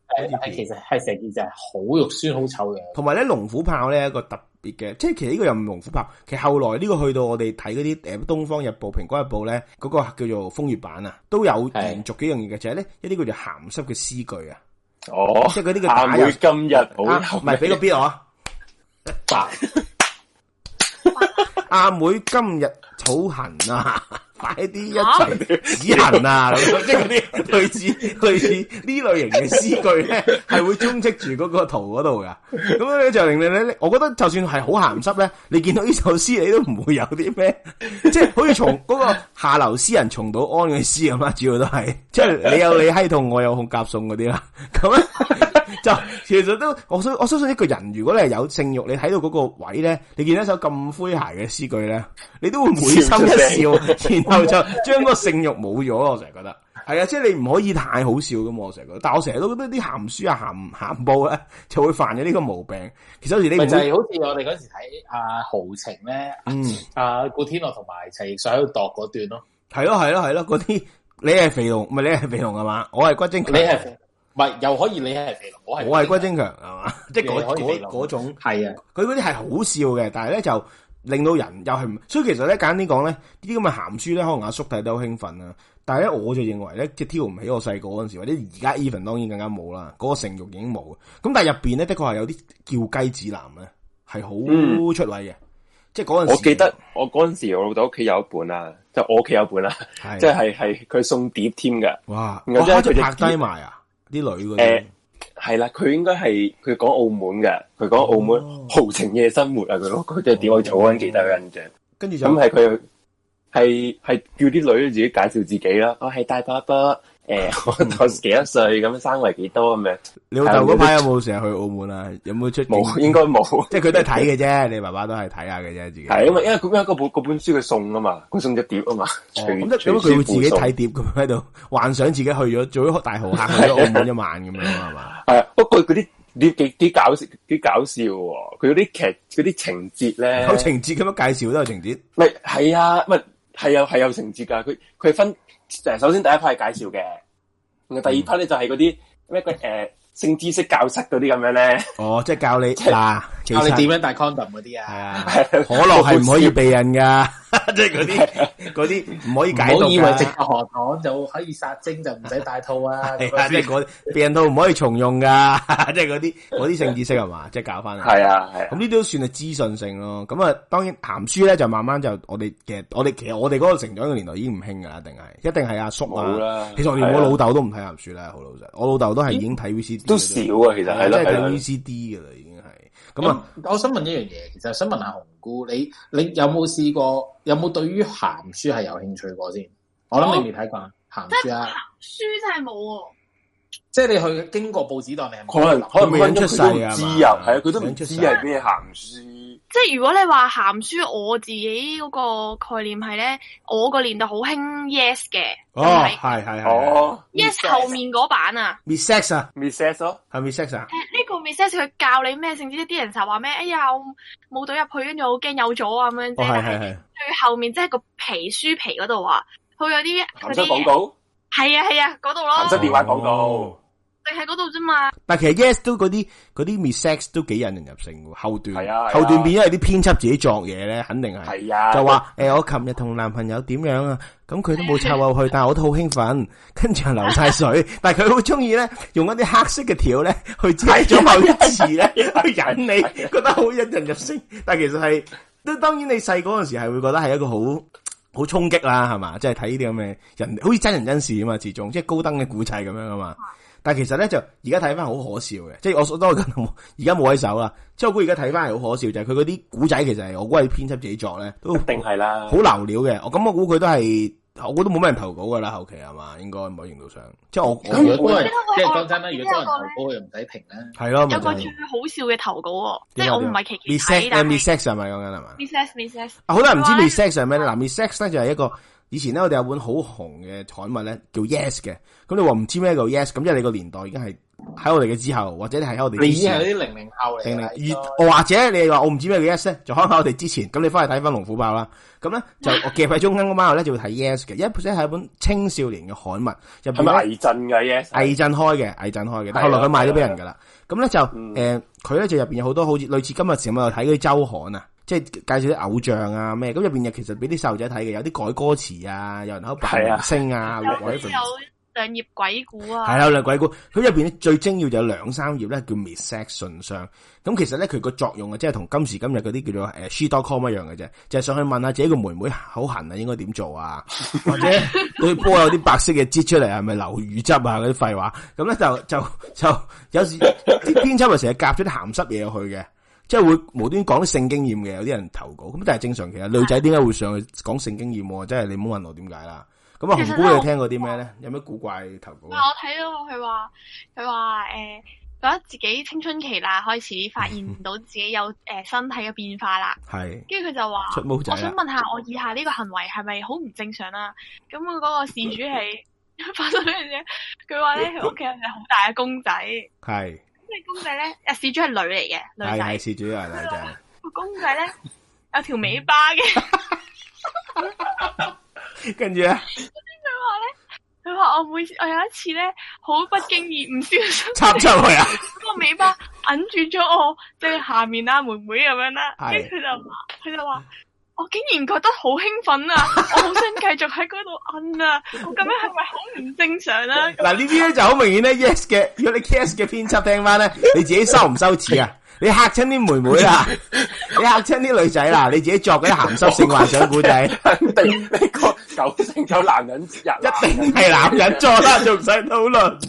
S4: 係係其實係成件事係好肉酸、好 醜樣。
S2: 同埋咧，龍虎豹咧一個特別嘅，即係其實呢個又唔係龍虎豹，其實後來呢個去到我哋睇嗰啲誒《東方日報》《蘋果日報》咧，嗰、個叫做風月版啊，都有
S4: 係
S2: 延續幾樣嘢嘅，就係咧一啲叫做鹹濕嘅詩句啊，
S3: 哦，
S2: 即係嗰啲叫
S3: 阿
S2: 打
S3: 妹
S2: 入
S3: 今日好
S2: 啊唔係俾個 B 我啊，
S4: 白
S2: 阿妹今日草痕啊， 快啲一齊止痕啊，咁樣即係嗰啲類似類似呢類型嘅詩句咧，係會充斥住嗰個圖嗰度噶。 咁樣咧就令你咧，我覺得就算係好鹹濕咧，你見到呢首詩你都唔會有啲咩， 即係好似從嗰個下流詩人從到安嘅詩咁啦，啊主要都係 即係你有你閪痛，我有控夾餸嗰啲啦。 咁咧就其實都我相我相信一個人如果你係有性慾，你睇到嗰個位咧，你見到一首咁詼諧嘅詩句咧，你都會會心一笑，
S3: 笑
S2: 然後就將嗰個性慾冇咗咯。我成日覺得。係啊，即係你唔可以太好笑噶嘛，我成日覺得。但我成日都覺得啲鹹書啊、鹹鹹報咧，就會犯咗呢個毛病。其實有時你
S4: 咪
S2: 唔
S4: 就
S2: 會
S4: 係好似我哋嗰時睇阿豪情咧，
S2: 嗯，
S4: 阿古天樂同埋陳奕迅喺度度嗰段 咯。
S2: 係咯係咯係咯，嗰啲你係肥龍，唔係你係肥龍係嘛？我係骨精
S4: 你
S2: 強，
S4: 係唔係又可以你係肥龍，我係
S2: 我係骨精強係嘛？即係
S4: 你可
S2: 嗰
S4: 以
S2: 嗰
S4: 肥龍
S2: 嗰種。
S4: 係啊，
S2: 佢嗰啲係好笑嘅，但係咧就令到人又係唔，所以其實咧簡單啲講咧，呢啲咁嘅鹹書咧，可能阿叔睇得好興奮啦。但係咧，我就認為咧，即係挑唔起我細個嗰陣時，或者而家 even 當然更加冇啦，嗰、個性慾已經冇。咁但係入邊咧，的確係有啲叫雞指南咧，係好
S3: 嗯
S2: 出位嘅。即係嗰陣時，
S3: 我記得我嗰阵时，我老豆屋企有一本啊，即系我屋企有一本啊，
S2: 係
S3: 即係係佢送碟添噶。
S2: 哇，
S3: 然後
S2: 哇即
S3: 即係佢
S2: 係
S3: 哋
S2: 拍低埋啊！啲女嗰啲
S3: 誒，係啦，佢應該係佢講澳門嘅，佢講澳
S2: 哦
S3: 門豪情夜生活啊，佢嗰佢只碟我好緊記得嘅印象。
S2: 跟住就
S3: 咁係佢係係叫啲女自己介紹自己啦，哦我係大伯伯， 诶，我我幾多歲咁生圍幾多咁樣，
S2: 你老豆嗰排有冇成日去澳門啊？有冇出境
S3: 冇應該冇。
S2: 即係佢都係睇嘅啫，你爸爸都係睇下嘅啫，自己
S3: 係因啊為因為咁樣嗰本嗰本書佢送啊嘛，佢送咗碟啊嘛，
S2: 哦
S3: 隨
S2: 咁即係
S3: 隨
S2: 咁佢會自己
S3: 書附送
S2: 睇碟咁樣喺度幻想自己去咗做咗大豪客去咗澳門一晚咁樣啊係 嘛？
S3: 系，啊不過佢啲啲幾啲搞笑，幾搞笑喎！佢嗰啲劇嗰啲情節咧，
S2: 有情節咁樣介紹都有情節，
S3: 唔係係啊，唔係係有係有情節㗎。佢佢分誒，首先第一 part 係介紹嘅，然後第二 part 咧就係嗰啲咩佢誒性知識教室嗰啲咁樣咧，
S2: 哦，即係教你嗱，其
S4: 啊教你
S2: 實
S4: 點樣戴 condom 嗰啲
S2: 係
S4: 啊，
S2: 啊，可樂係唔可以避孕㗎， 即係嗰啲嗰啲唔可以
S4: 唔
S2: 解毒
S4: 好以為食
S2: 㗎。
S4: 個河糖就可以殺精就唔使戴套 啊，
S2: 系啊，即系嗰避孕套唔可以重用噶， 即系嗰啲嗰啲性知識係 嘛，即係搞翻。
S3: 係啊
S2: 咁
S3: 係啊，
S2: 呢啲都算係資訊性咯。咁啊，當然鹹書咧就慢慢就我哋其實我哋其實我哋嗰個成長嘅年代已經唔興噶啦，一定係一定係阿叔
S3: 冇
S2: 啊。
S3: 啦。
S2: 其實我連
S3: 係啊
S2: 我老豆都唔睇鹹書啦，好老實。我老豆都係已經睇 VCD
S3: 都
S2: 嘅
S3: 少
S2: 啫
S3: 啊，其實係
S2: 即
S3: 咯
S2: 係
S3: 係
S2: 睇
S3: 咯，
S2: VCD 噶啦，已經係。咁啊，
S4: 我想問一樣嘢，其實想問下紅姑，你你有冇試過，有冇對於鹹書係有興趣過先？我諗你未睇過啊鹹書啊，
S1: 書真係冇喎，
S4: 即係你去經過報紙檔，你係
S3: 可能可能
S2: 未
S3: 分
S2: 出
S3: 鐘
S2: 世
S3: 佢都唔
S2: 啊嘛
S3: 知啊，係啊，佢都
S2: 未
S3: 唔
S2: 出
S3: 知
S2: 世
S3: 係咩鹹書。
S1: 即係如果你話鹹書，我自己嗰個概念係咧，我個年代好興 Yes 嘅，
S2: 哦，
S1: 真係
S2: 係係係
S3: 哦
S1: Yes 後面嗰版啊。
S2: ，Miss Sex 啊，
S3: Recess 咯，
S2: 係 Miss Sex 啊，
S1: 誒呢個 m i s s 佢教你咩性知識，啲人就話咩？哎呀，我冇隊入去，跟住我好驚有咗啊咁樣啫。
S2: 哦係
S1: 但
S2: 係
S1: 係
S2: 係，
S1: 最後面即係個皮書皮嗰度啊，佢有啲
S3: 鹹
S1: 嗰
S3: 濕廣
S1: 啲
S3: 告。
S1: 係啊係啊嗰度
S3: 鹹濕
S1: 咯，
S3: 電話廣告
S2: 哦
S1: 淨係嗰度啫嘛。
S2: 但其實 Yes 都嗰啲嗰啲 Miss Sex 都幾引人入勝嘅喎，後段
S3: 係啊係啊
S2: 後段變咗係啲編輯自己作嘢咧，肯定係
S3: 係啊，
S2: 就話誒、我琴日同男朋友點樣啊？咁佢都冇插我 去，但係我都好興奮，跟住又流晒水。但係佢好中意咧，用一啲黑色嘅條咧去遮
S3: 啊
S2: 咗某啲字咧，去引你覺得好引人入勝。但係其實係，都當然你細嗰陣時係會覺得係一個好。好衝擊啦，係嘛？即係睇呢啲咁嘅人，好似真人真事啊嘛，始終即係高登嘅古仔咁樣啊嘛。但係其實咧就而家睇翻好可笑嘅，即係我所當然而家冇喺手啦。即係我估而家睇翻係好可笑，就係佢嗰啲古仔其實係我估係編輯自己作咧，都
S3: 一定係啦
S2: 好。流料嘅。我咁我估佢都係，我估都冇咩人投稿噶啦，後期係嘛？應該某程度上，即係我
S4: 如
S2: 我
S4: 果多人
S1: 咁我
S4: 即係講真啦，如果多人投稿，佢又唔使評啦。
S2: 係咯，咪就
S1: 有個最
S2: 係
S1: 好笑嘅投稿喎，即
S2: 點啊
S1: 係我唔係期期
S2: Miss Sex
S1: 睇，但
S2: m i
S1: 係
S2: s Sex 係咪講緊係嘛？
S1: m i s s m i s s
S2: 啊，好多人唔知
S1: 係
S2: Miss Sex 係咩咧？嗱，Miss Sex 咧就係一個以前咧我哋有本好紅嘅刊物咧叫 Yes 嘅，咁你話唔知咩叫 Yes，咁即係你個年代已經係喺我哋嘅之後，或者你係喺我哋之
S4: 你已經係
S2: 前。
S4: 啲零零
S3: 啊
S4: 後嚟
S2: 定
S4: 㗎
S2: 零
S4: 啦，應該
S2: 而或者你話我唔知咩叫 yes 咧，就可能喺我哋之前，咁你翻去睇翻《龍虎豹》啦。咁 咧就我夾喺中間嗰班我咧就會睇 yes 嘅，一即係一本青少年嘅刊物，入
S3: 係
S2: 邊
S3: 咪
S2: 咧
S3: 危震嘅 Yes？
S2: 魏震開嘅，魏震開嘅，但
S3: 係
S2: 後
S3: 啊
S2: 來佢賣咗俾人噶啦。咁咧就
S3: 嗯
S2: 誒，佢咧就入邊有好多好似類似今日時我又睇嗰啲周刊啊，即係介紹啲偶像啊咩，咁入邊又其實俾啲細路仔睇嘅，有啲改歌詞啊，有人喺度扮
S3: 係啊
S2: 明星啊
S1: 有啲
S2: whatever
S1: 有兩頁鬼故啊，
S2: 係啦，兩鬼故，佢入边最精要就有兩三頁咧，叫 Miss Sex 信箱。咁其實咧，佢個作用啊，即係同今時今日嗰啲叫做呃诶 she.com 一樣嘅啫，就係上去問下自己個妹妹口痕啊，應該點做啊， 或者佢波有啲白色嘅擠出嚟，係咪流乳汁啊嗰啲廢話。咁咧就就就有時啲編輯啊，成日夾咗啲鹹濕嘢入去嘅。即係會無端講啲性經驗嘅，有啲人投稿，咁但係正常其實女仔點解會上去講性經驗喎？真係你唔好問我點解啦。咁啊，
S1: 其實
S2: 紅
S1: 都
S2: 姑
S1: 好
S2: 你聽過啲咩咧？有咩古怪投稿啊？
S1: 啊！我睇到佢話佢話誒，覺得自己青春期啦，開始發現到自己有誒、呃身體嘅變化啦。
S2: 系
S1: 跟住佢就話：
S2: 出毛仔
S1: 我想
S2: 啦，
S1: 問下，我以下呢個行為係咪好唔正常啦、咁佢嗰個事主係 發生呢樣嘢，佢話咧佢屋企有隻好大嘅公仔，咁
S2: 系
S1: 隻公仔咧誒事主係女嚟嘅女
S2: 系
S1: 仔，
S2: 系事主係女仔，
S1: 個公仔咧有條尾巴嘅。
S2: 跟住 咧
S1: 佢話咧，佢話我每次我有一次咧，好不經意唔小心
S2: 插出去啊，
S1: 個尾巴揞住咗我即係下面啊啦、妹妹咁樣啦，
S2: 係
S1: 跟住佢就話佢就話。我竟然覺得好興奮 啊！我好想繼續喺嗰度摁啊！我咁樣係咪好唔正常 啊？
S2: 嗱呢啲咧就好明顯咧，yes 嘅，如果你 yes 嘅編輯聽翻咧，你自己羞唔羞恥啊？你吓亲啲妹妹啦，你吓亲啲女仔啦，你自己作嗰啲咸湿性幻想古仔，
S3: 肯定呢個九成九男人啊節日啦
S2: 一定系男人作啦，仲唔使討論。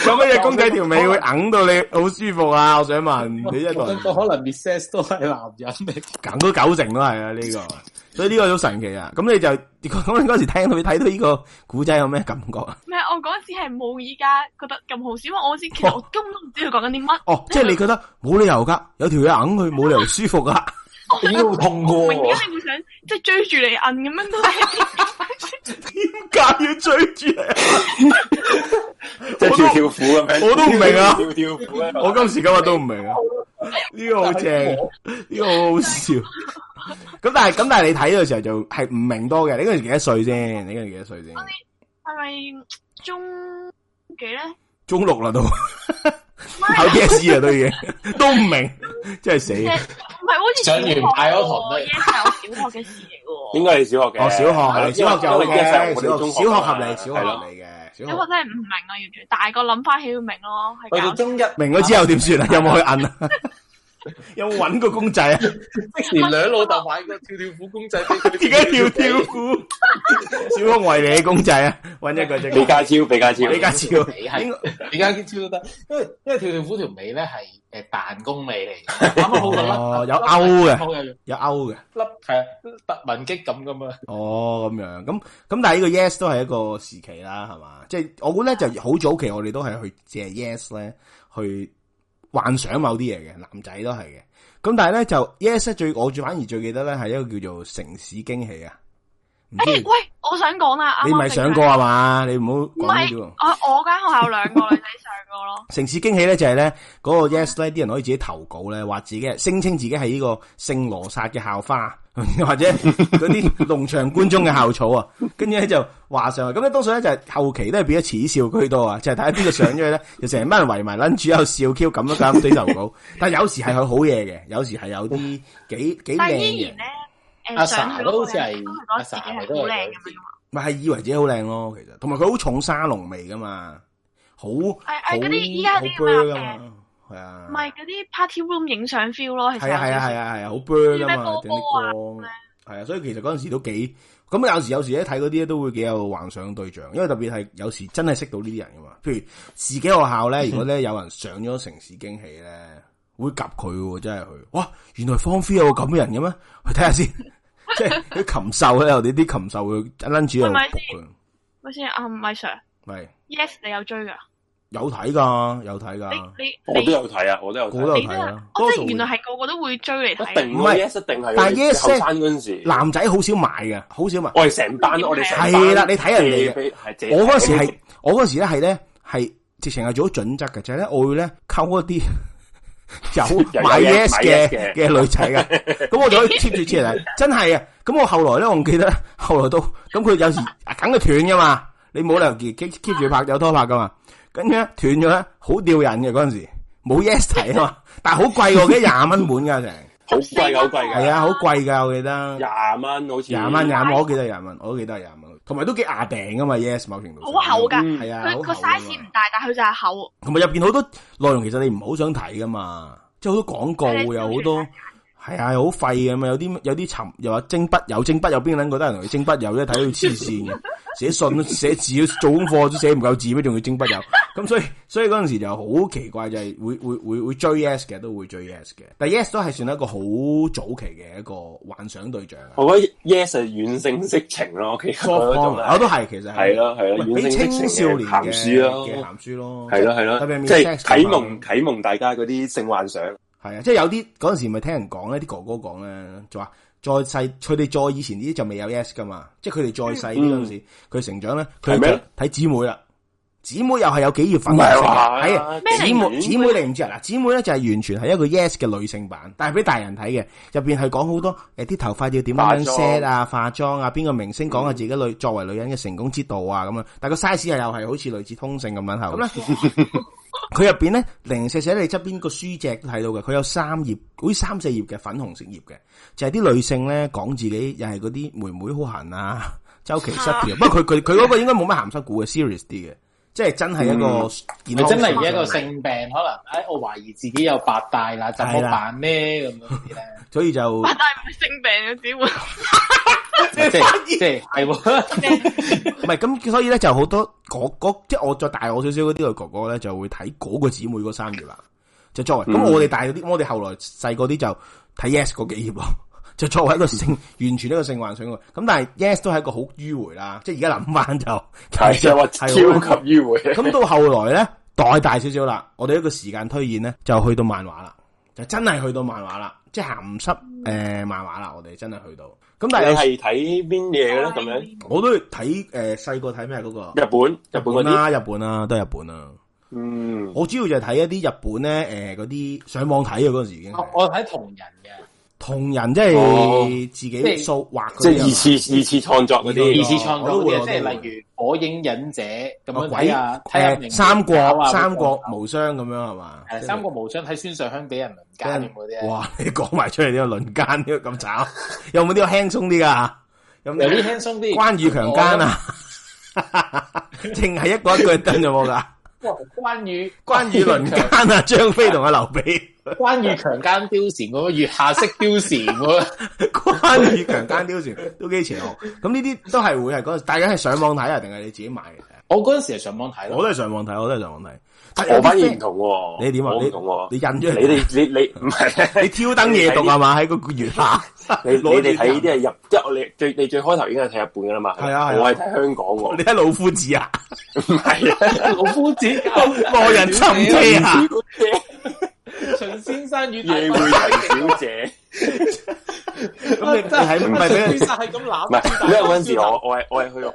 S2: 講乜嘢公仔條尾 會揞到你好舒服啊？我想問你一個人
S4: 我。覺得可能 Misses 都係男人嚟，
S2: 梗都九成都係啊呢個，所以呢個好神奇啊！咁你就 咁你嗰時聽到你睇到呢個古仔有咩感覺啊？
S1: 咩？我嗰陣時係冇依家覺得咁好笑，因為我嗰時其實我根本都唔知佢講緊啲乜。
S2: 哦，即係你覺得冇理由噶，有條嘢揞佢冇理由舒服啊噶，
S4: 已經好痛噶
S2: 哦
S1: 我明啊
S4: 喎。
S1: 解你會想即係追住你摁咁樣都係。
S2: 點解要追住你？啊
S3: 即係跳跳虎咁樣。
S2: 我都唔明啊
S3: 跳跳虎喺度
S2: 我今時今日都唔明啊！呢個好正，呢個好好笑。咁但係咁但係你睇嘅時候就係唔明多嘅。你嗰陣時幾多歲先？你嗰陣時幾多歲先？
S1: 係咪中幾咧？
S2: 中六啦都，考 DSE 啊啦都已經，都唔明，真係 死。
S1: 即係唔係好似
S4: 上完大嗰堂都
S1: 咧，
S4: 係
S1: 依家係我小學嘅事嚟嘅
S3: 應
S1: 喎。
S3: 該係小學嘅。
S2: 哦，小學係
S3: 因為
S2: 小學就
S3: 因為
S2: OK，
S3: 因為我
S2: 小
S3: 哋
S2: 學
S3: 中
S2: 小
S3: 學啊
S2: 學合理，小
S3: 係
S2: 學
S3: 咯
S2: 合理嘅，小
S1: 小學
S2: 學
S1: 真係唔明啊，完全大個諗翻起要明咯，係
S4: 去到
S1: 搞笑。
S4: 中一，
S2: 明咗之後點算啊？有冇去摁啊？ 有冇搵個公仔啊？
S4: 即時兩老豆買個跳跳虎公仔俾 佢。
S2: 而家跳跳虎，小空為你公仔啊，搵一個啫。
S3: 比家超，比家超，
S2: 李家超，
S4: 你係
S2: 應該
S4: 而家超都得，因為因為跳跳虎條尾咧係誒彈弓尾嚟嘅，啱啱好個粒
S2: 哦有勾嘅
S4: 好有粒
S2: 有勾嘅，
S4: 係啊突文擊咁噶嘛。
S2: 哦咁樣，咁咁但係呢個 yes 都係一個時期啦，係嘛？即係我估咧就好早期，我哋都係去借 yes 咧去幻想某啲嘢嘅，男仔都係嘅。咁但係咧就 yes 咧最我最反而最記得咧係一個叫做城市驚喜啊，唔知
S1: 誒，喂，我想講啦，啱啱
S2: 你咪上過啊嘛？你唔好
S1: 唔
S2: 講呢
S1: 係
S2: 啲喎。，
S1: 我我間學校兩個女仔上過咯
S2: 城市驚喜咧就係咧嗰個 yes 咧，啲人可以自己投稿咧，話自己係聲稱自己係呢個聖羅撒嘅校花， 或者嗰啲農場觀眾嘅校草啊，跟住咧就話上去，咁咧多數咧就係後期都係變咗恥笑居多啊，就係睇下邊個上咗去咧，就成班人圍埋撚住喺度笑 Q 咁樣咁對投稿，但係有時係佢好嘢嘅，有時係有啲幾 幾靚啊
S1: 但係依
S2: 嘅
S1: 然，咧，
S4: 阿
S1: 誒上
S4: Sa
S1: 去
S4: 都
S1: 嗰
S4: 好
S1: 個
S4: 似係
S1: 人都係覺得自己係好靚咁樣嘛。
S2: 咪係以為自己好靚咯，其實，同埋佢好重沙龍味噶嘛，好
S1: 係
S2: 好
S1: 係嗰啲依家啲
S2: 好
S1: 咁
S2: blur 㗎
S1: 樣嘅，
S2: 嘛，係啊
S1: 唔。係嗰啲 party room 影相 feel 咯，其實
S2: 系啊系啊系
S1: 啊，
S2: 啊系啊，好 blur 噶嘛
S1: 咩
S2: 整
S1: 波，
S2: 啲
S1: 波
S2: 光
S1: 啊
S2: 係啊，所以其實嗰阵时都幾咁啊有時有時咧睇嗰啲咧都會幾有幻想對象，因為特別係有時真係識到呢啲人噶嘛。譬如自己學校
S1: 嗯
S2: 咧，如果咧有人上咗城市驚喜咧，會及佢喎，真係佢。哇，原來芳菲有個咁嘅人嘅咩？去睇下 先，即係啲禽獸咧，我哋啲禽獸會一撚住喺
S1: 係咪
S2: 度撲佢，
S1: 咪先啊，唔係 Sir。
S2: 咪
S1: Yes，你有追噶？
S2: 有睇㗎，有睇㗎，
S1: 你你
S3: 我都
S1: 你
S3: 有睇啊，我都有
S2: 我都有
S3: 睇。
S1: 你都
S2: 睇啊
S1: 哦，即
S2: 多數
S1: 係
S2: 會
S1: 原來係個個都會追嚟
S3: 一
S1: 睇。啊
S3: 定
S2: 唔
S3: 唔
S2: 係
S3: 係 yes，一定係。
S2: 但係 yes
S3: 後生嗰陣時，
S2: 男仔好少買嘅，好少買。
S3: 我哋成班，我哋成班
S2: 係啦你睇人哋嘅
S3: 借俾係借
S2: 我嗰時係，我嗰時咧係咧係直情係做咗準則嘅，就係咧我會咧溝一啲 有
S3: 有
S2: 買
S3: yes
S2: yes 嘅
S3: 買 yes 嘅
S2: 嘅女仔嘅，咁我就可以貼住出嚟，真係啊！咁我後來咧，我唔記得後來到咁佢有時梗係斷噶嘛，你冇理由 keep keep 住拍有拖拍噶嘛，跟住咧斷咗咧好吊癮嘅嗰陣時，冇 yes 睇啊嘛，但係好貴喎，記得廿蚊本噶成，
S3: 好貴㗎好貴㗎
S2: 係啊，好貴噶我記得。
S3: 廿蚊好似
S2: 廿蚊廿蚊，我都記得廿蚊，我都記得廿蚊，同埋都幾牙頂噶嘛，yes 某程度上
S1: 好厚㗎
S3: 嗯
S2: 係啊，
S1: 佢個
S2: 好厚㗎
S1: size
S2: 嘛
S1: 唔大，但係佢就係厚。
S2: 同埋入边好多內容，其實你唔好想睇噶嘛，即係好多廣告，有好多係啊，好廢咁嘛，有啲有啲沉，又話精筆有精筆有邊個撚覺得人同佢精筆有咧？睇到黐線 嘅，寫信都寫字做功課都寫唔夠字咩？仲要精筆有 咁，所以所以嗰阵时就好奇怪，就係會會會會追 yes 嘅，都會追 yes 嘅，但 yes 都係算一個好早期嘅一個幻想對象啊。
S3: 我覺得 yes 係軟性色情咯，其實嗰種
S2: 我哦都係其實
S3: 係咯係咯，
S2: 俾
S3: 軟性
S2: 青
S3: 色
S2: 少
S3: 情
S2: 年
S3: 嘅鹹書咯，
S2: 嘅鹹書咯，
S3: 係咯係咯
S2: 特別係，
S3: 即
S2: mid-sex 咁
S3: 係啟
S2: 樣
S3: 蒙啟蒙大家嗰啲性幻想。
S2: 系啊，即係有啲嗰阵时咪聽人講咧，啲哥哥講咧，就話再細，佢哋再以前呢啲就未有 yes 噶嘛，即係佢哋再細啲嗰阵时，佢、成長咧，佢
S3: 嗯係
S2: 哋
S3: 咩
S2: 就睇姊妹啦，姊妹又係有幾頁粉
S3: 唔
S2: 紅
S3: 係
S2: 色嘅，
S3: 話
S2: 係啊，
S1: 咩
S2: 姊
S3: 嚟
S2: 妹
S3: 㗎
S2: 姊妹你唔知啊，嗱，姊妹咧就係完全係一個 yes 嘅女性版，但係俾大人睇嘅，入边係講好多诶啲頭髮要點樣樣
S3: 化妝
S2: set 啊、化妝啊，邊個明星講下自己女作為女人嘅成功之道啊咁啊，但係個 size 又係好似類似通勝咁樣厚。咁咧 佢入边咧零零舍舍你側邊個書脊都睇到嘅，佢有三頁，好似三四頁嘅粉紅色頁嘅，就係啲女性咧講自己又係嗰啲妹妹好痕啊、周期失調。不過佢佢佢嗰個應該冇乜鹹濕股嘅 serious 啲嘅，即係真係一個健
S4: 咪
S2: 康
S4: 真係
S2: 常
S4: 而一個
S2: 理
S4: 性病，可能诶，哎我懷疑自己有白帶啦，怎麼
S2: 係啦
S4: 辦呢？咁樣啲咧，
S2: 所以就
S1: 但係唔係性病嘅，只會
S4: 即 係即係係喎，
S2: 唔係咁，所以咧就好多嗰嗰即係我再大我少少嗰啲嘅哥哥咧，就會睇嗰個姊妹嗰三頁啦。就作為咁，
S3: 嗯
S2: 我哋大嗰啲，我哋後來細個啲就睇 Yes 嗰幾頁咯。 就作為一個性完全一個性幻想嘅，咁但係 Yes 都係一個好迂回啦。即係而家諗翻就
S3: 係就話超
S2: 係好
S3: 級迂迴。
S2: 咁到後來咧，代大少少啦，我哋一個時間推演咧，就去到漫畫啦，就真係去到漫畫啦，即係鹹濕诶漫畫啦，我哋真係去到。咁但係
S3: 你
S2: 有時
S3: 係睇邊嘢嘅咧？咁樣
S2: 我都睇诶細個睇咩嗰個
S3: 日本日本嗰啲，
S2: 啦，日本啦，都係日本啦。
S3: 嗯，
S2: 我主要就係睇一啲日本咧，诶嗰啲上網睇啊，嗰阵时已經係
S4: 我我睇同人嘅
S2: 同人即
S3: 哦
S2: 係自己
S4: 即係
S2: 數畫嗰
S3: 即係
S2: 啲啊
S3: 二次二次創作嗰
S2: 二
S4: 二
S3: 啲
S2: 次
S4: 次創
S2: 我
S4: 作
S2: 都會
S4: 嘅，
S2: 我都會
S4: 即係例如《火影忍者》咁
S2: 嘛
S4: 樣
S2: 鬼
S4: 睇啊，睇下
S2: 诶
S4: 明
S2: 三國
S4: 星搞啊
S2: 三國
S4: 嗰啲
S2: 無雙咁樣係嘛？
S4: 係三國無雙睇孫尚香俾人輪
S2: 俾人
S4: 奸咁嗰啲啊，
S2: 哇！ 你講埋出嚟呢個輪奸呢個咁慘， 有冇啲個輕鬆啲噶？有
S4: 有啲
S2: 冇
S4: 輕鬆啲。
S2: 關羽強奸啊？ 淨係一個一句登咗 我噶。
S4: 哇！關羽
S2: 關羽輪
S4: 強，
S2: 奸啊，張飛同阿劉備，
S4: 關羽強奸貂蟬嗰個月下式貂蟬嗰 個。
S2: 關羽強奸貂蟬都幾邪惡。哦咁呢啲都係會係嗰陣，大家係上網睇啊，定係你自己買嘅？
S4: 我嗰阵时系上網睇
S2: 我
S4: 咯，
S2: 都係上網睇，我都係上網睇。但
S3: 啊我反而
S2: 有啲
S3: 唔同喎，
S2: 你點啊
S3: 我
S2: 你
S3: 唔同喎，
S2: 你印咗嚟
S3: 你哋你你唔係
S2: 你挑燈夜讀係嘛？喺個月下，
S3: 你你
S2: 攞住
S3: 哋睇呢
S2: 人
S3: 啲係日，即係我哋最你最開頭已經係睇日本噶啦嘛，
S2: 係啊係啊
S3: 我係睇香港喎，
S2: 你睇老夫子 啊，
S3: 唔係啊，
S4: 老夫子
S2: 莫人心車啊！
S4: 秦先生與大
S3: 夜會
S4: 笨
S3: 陳 小姐，
S2: 咁你
S4: 真係
S2: 係唔係俾
S4: 秦先生係咁攬
S3: 唔係因為嗰陣時我我係我係去我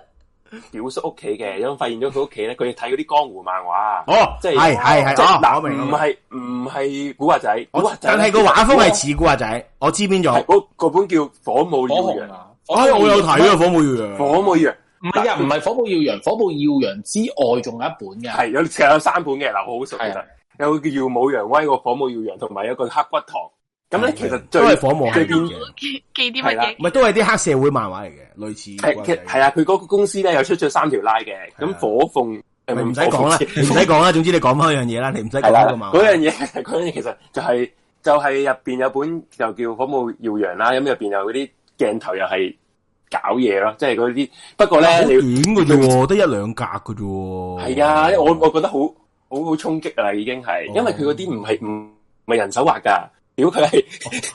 S3: 表叔屋企嘅，因為發現咗佢屋企咧，佢哋睇嗰啲江湖漫畫啊，
S2: 哦，
S3: 即
S2: 即
S3: 係
S2: 係係係
S3: 即係
S2: 哦，我明
S3: 唔
S2: 我明
S3: 係唔係古惑仔，古
S2: 我
S3: 惑仔
S2: 但係個畫風係似古惑仔，我知邊
S3: 係
S2: 種。
S3: 嗰嗰本叫《火舞
S4: 火
S3: 耀
S4: 紅
S3: 陽》，
S4: 啊，
S2: 哎，我有睇啊，《火舞耀陽》。
S3: 火舞耀陽
S4: 唔係啊，唔係火舞耀揚，火舞耀揚之外仲有一本嘅，
S3: 係有其實有三本嘅，嗱我好熟其
S4: 係
S3: 實
S4: 啊。
S3: 有個叫耀武揚威，個火舞耀揚，同埋有個黑骨堂。咁咧，其實最
S2: 都係火舞系
S3: 最
S2: 列
S3: 變
S2: 嘅，
S1: 記記啲
S3: 係
S1: 乜
S3: 啦
S1: 嘢？
S2: 唔係都係啲黑社會漫畫嚟嘅，類似
S3: 係
S2: 古惑
S3: 其
S2: 仔
S3: 係啊，佢嗰個公司咧有出咗三條拉嘅，
S2: 係
S3: 咁
S2: 啊
S3: 火鳳誒
S2: 咪唔使
S3: 火
S2: 講啦，
S3: 鳳
S2: 你唔使講啦，總之你講翻嗰樣嘢啦，你唔使
S3: 係
S2: 講
S3: 啦
S2: 嗰個，漫畫。
S3: 嗰樣嘢 嗰樣嘢其實就係就係入邊有本就叫火舞耀揚啦，咁入邊有嗰啲鏡頭又係搞嘢咯，即係嗰啲。不過咧，
S2: 好短
S3: 你
S2: 嘅啫喎，得一兩格嘅啫喎。
S3: 係啊，我我覺得好好好衝擊啊，已經係，
S2: 哦
S3: 因為佢嗰啲唔係唔唔係人手畫㗎，屌佢 係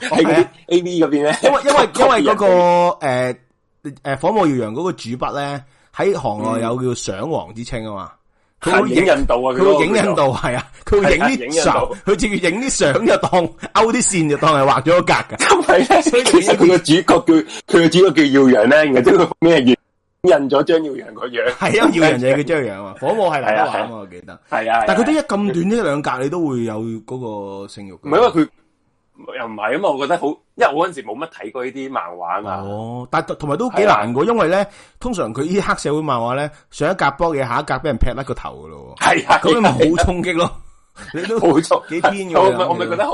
S3: 喺嗰
S2: 係
S3: 啲
S2: 啊
S3: A V 嗰邊咧，
S2: 因為因為 因為嗰
S3: copy
S2: 個
S3: 人
S2: 誒誒火舞耀揚嗰個主筆咧，喺行內有叫上皇之稱啊嘛，佢
S3: 嗯係
S2: 會
S3: 影印度啊，
S2: 佢會影印
S3: 印
S2: 度係啊，佢會影啲相，
S3: 係啊
S2: 佢直接影啲相就當勾啲線就當係畫咗個格㗎。
S3: 因為咧，其實佢個主角叫佢個主角叫耀陽咧，然後將佢咩印咗張耀陽個樣，
S2: 係 啊，耀人就係佢張揚啊，火舞係難得玩啊，我記得。
S3: 係啊，
S2: 但係佢
S3: 係
S2: 得
S3: 啊
S2: 一咁短一兩格，你都會有嗰個性慾㗎。
S3: 唔係因為佢又唔係啊嘛，我覺得好，因為我嗰陣時冇乜睇過呢啲漫畫啊嘛，
S2: 哦，但同埋都幾難過，因為咧，通常佢呢啲黑社會漫畫咧，上一格波嘢，下一格俾人劈甩個頭噶咯
S3: 係啊，
S2: 喎，咁你咪好衝擊咯。你都
S3: 冇錯，
S2: 幾癲㗎
S3: 我咪我咪
S2: 你
S3: 覺得好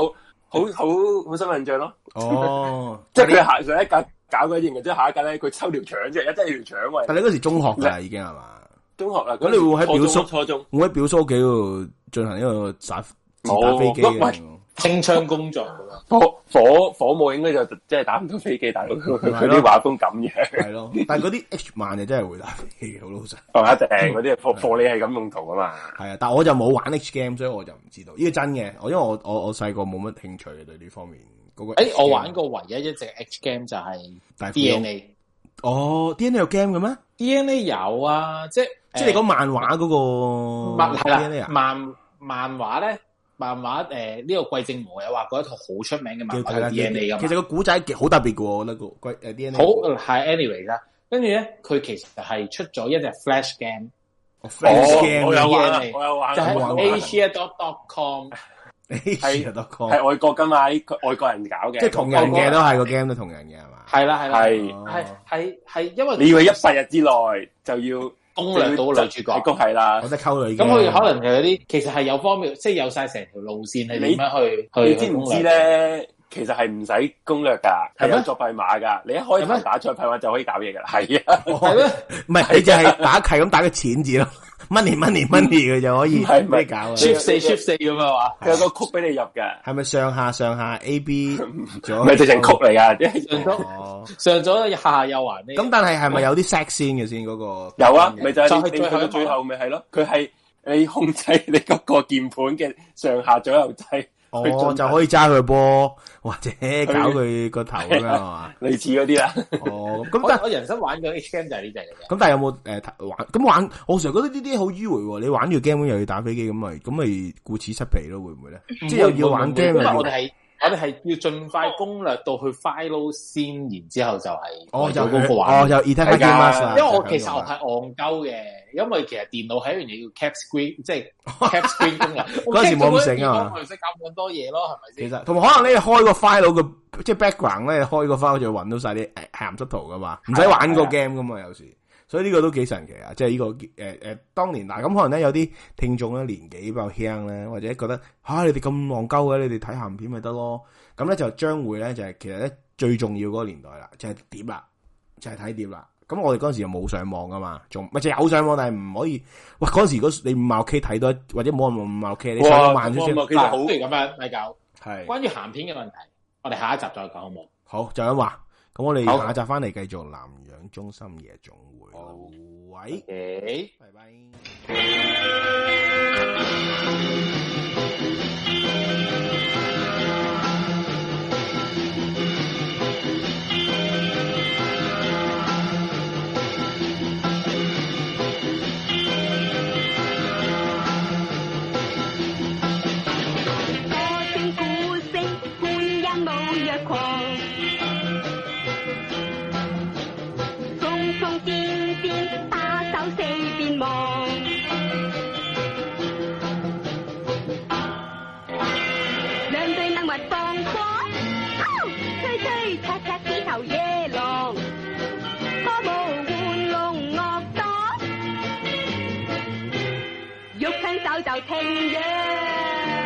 S3: 好好好深印象咯。
S2: 哦，
S3: 即係佢下上一格搞嗰啲，然後之後下一格咧，佢抽條腸啫，一真係條腸
S2: 但
S3: 喂。
S2: 你嗰時中學㗎啦，已經係嘛？
S3: 中學啦，
S2: 咁你會喺表叔
S3: 初中啊初中
S2: 我喺表叔屋企嗰度進行一個打自打
S3: 冇
S2: 飛機
S3: 唔係
S2: 嘅。
S4: 清槍工作㗎咯，
S3: 火火火舞應該就即係打唔到飛機，大佬佢
S2: 係
S3: 佢
S2: 咯
S3: 啲畫風咁樣，
S2: 系咯，但系嗰啲 H 漫就真係會打飛機，好老實。系
S3: 係嘛？一定嗰啲貨貨你係咁用途啊嘛。
S2: 啊，但我就冇玩 H game，所以我就唔知道。呢個真嘅，我因為我我我细个冇乜興趣嘅對呢方面嗰、個。
S4: 誒我玩過唯一一隻 H game 就係
S2: 大富翁
S4: DNA。
S2: 哦，DNA 有 game 嘅咩？
S4: DNA 有啊，即係
S2: 即係你
S4: 誒
S2: 講漫畫嗰個
S4: 漫係
S2: DNA
S4: 啦，
S2: 啊？
S4: 漫漫畫咧，漫畫誒呢個桂正和有畫過一套好出名嘅
S2: 叫睇
S4: 漫畫叫
S2: 啦
S4: DNA 噶
S2: 其
S4: 嘛
S2: 實，個古仔幾好特別嘅喎，我覺得個鬼誒 DNA
S4: 好嗯係 anyway 啦。跟住咧，佢其實係出咗一隻 Flash game，
S2: 哦
S3: 哦
S2: Flash game
S3: 我有玩啊
S4: DNA，
S3: 我有玩啊，
S4: 就
S2: 係
S4: 係
S3: 我有玩啊
S4: asia.com，
S2: 係 dot com，
S3: 係外國㗎嘛，啲外國人搞嘅，
S2: 即係同人嘅都係個 game 都同人嘅係嘛？
S4: 係啦係啦，
S3: 係。
S4: 係
S2: 哦
S4: 係係因
S3: 你
S4: 為
S3: 要喺一世日之內就要
S4: 攻略到女主角，咁
S3: 係啦
S2: 我。得溝女嘅。
S4: 佢 可能係有啲其實係有方面，即係有晒成條路線係點樣去
S3: 你
S4: 去
S3: 知
S4: 去
S3: 唔
S4: 攻
S3: 知
S4: 略嘅。
S3: 咧？其實係唔使攻略㗎，
S4: 係
S3: 係
S4: 咩
S3: 有作弊碼㗎。你一開
S4: 係咩
S3: 頭打作弊碼就可以搞嘢㗎啦。係啊，
S4: 係咩？
S2: 唔係你就係打契咁打個錢字咯，money money money 佢就可以
S3: 係咪
S2: 可以搞啊。
S4: shift 四 shift 四咁啊嘛，
S3: 佢有個曲俾你入㗎，
S2: 係咪上下上下 A B 咗？
S3: 唔係直情曲嚟㗎。
S4: 上咗
S2: 哦。
S4: 上咗下下又還呢？
S2: 咁但係係咪有啲 sex 先嘅先嗰個？
S3: 有啊，咪就係
S4: 就係
S3: 你你
S4: 最
S3: 去
S4: 後
S3: 到最後咪係咯，佢係你控制你嗰個鍵盤嘅上下左右掣，去
S2: 哦，
S3: 進行
S2: 就可以揸佢波，或者搞佢個頭咁樣係嘛？
S3: 類似嗰啲啊啦。
S2: 哦，咁
S4: 我
S2: 但
S4: 我人生玩咗啲 game 就係呢只嚟嘅。
S2: 咁但係有冇诶、呃玩？咁玩，我成日覺得呢啲好迂回喎。你玩住 game 又要打飛機，咁咪咁咪顧此失彼咯，會唔會咧？
S4: 嗯
S2: 即係又要玩 game
S4: 因
S2: 又
S4: 為
S2: 要
S4: 啊我哋係我哋係要盡快攻略到去 final 先，然之後就係
S2: 哦，
S4: 為
S2: 就
S4: 咗嗰個
S2: 哦
S4: 玩。
S2: 就 e t e r
S3: 係
S2: n
S3: 㗎
S2: a s
S4: 啊因為我其實我係戇鳩嘅，因為其實電腦係一樣嘢叫 cap screen，即 係 cap screen 功能。
S2: 嗰陣時冇咁醒啊嘛
S4: 我 cap 咗嗰個電腦我唔識搞咁多嘢咯，係咪
S2: 其
S4: 先？
S2: 實同埋可能咧開個 file 個即係 background 咧，開個 file 就揾到晒啲誒鹹濕圖噶嘛，唔使玩個
S3: 係啊
S2: game 噶嘛有時。所以呢個都幾神奇啊！即係呢、個誒誒、呃呃，當年嗱咁可能咧有啲聽眾咧年紀比較輕咧，或者覺得吓、你哋咁戇鳩嘅，你哋睇鹹片咪得咯。咁咧就將會咧就係、其實咧最重要嗰個年代啦，就係、碟啦，就係、睇碟啦。咁我哋嗰陣時又冇上網噶嘛，仲咪就有上網，但係唔可以。哇！嗰陣時嗰你五萬 K 睇多，或者冇人五萬 K，你上網慢少少
S3: 哇，其啊實
S4: 嗱，
S3: 好
S4: 不如咁樣，米九，
S2: 係。
S4: 關於鹹片嘅問題，我哋下一集再講好冇？
S2: 好，就咁話。咁我哋
S4: 好
S2: 下集翻嚟繼續南洋中心夜總會。
S4: 好
S2: 喂，
S4: 誒。
S2: 拜拜。
S5: 歌聲鼓聲，觀音舞若狂。瘋瘋癲癲，把手四邊望。兩對能物放火，吹吹踢踢幾頭野狼。歌舞玩弄樂朵。喐親手就聽嘅。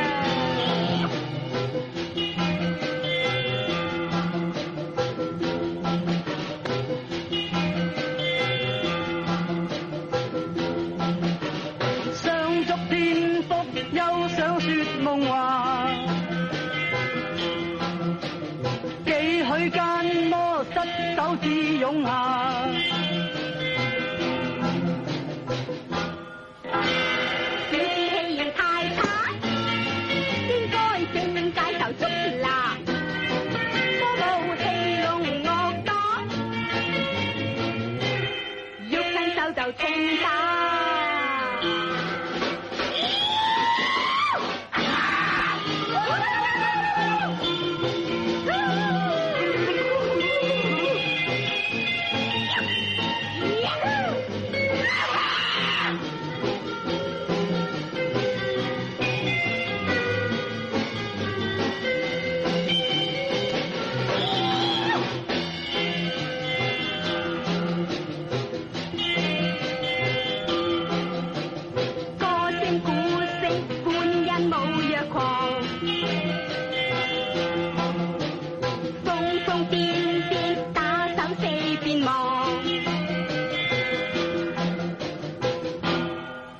S5: 想捉蝙蝠，又想説夢話。幾許間魔失手之擁下。你氣人太差，應該正正解頭捉啦。歌舞戲弄樂多，喐伸手就清他。歌聲鼓聲，觀音舞若狂。瘋瘋癲癲，打手四邊望。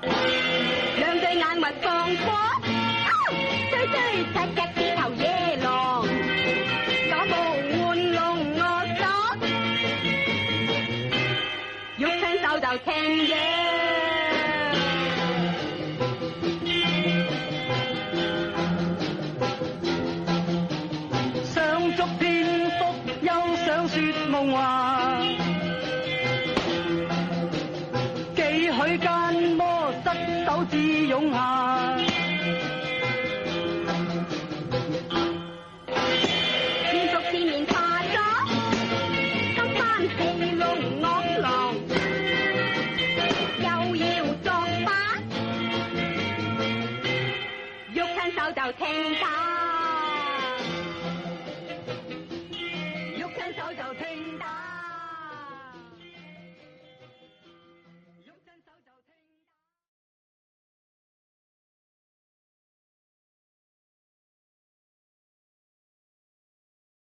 S5: 兩對眼蜜放火，à, 追追踢踢似頭野狼。左步換龍我左，喐親手就聽嘅。想捉蝙蝠，又想説夢話。幾許間魔失手之擁下，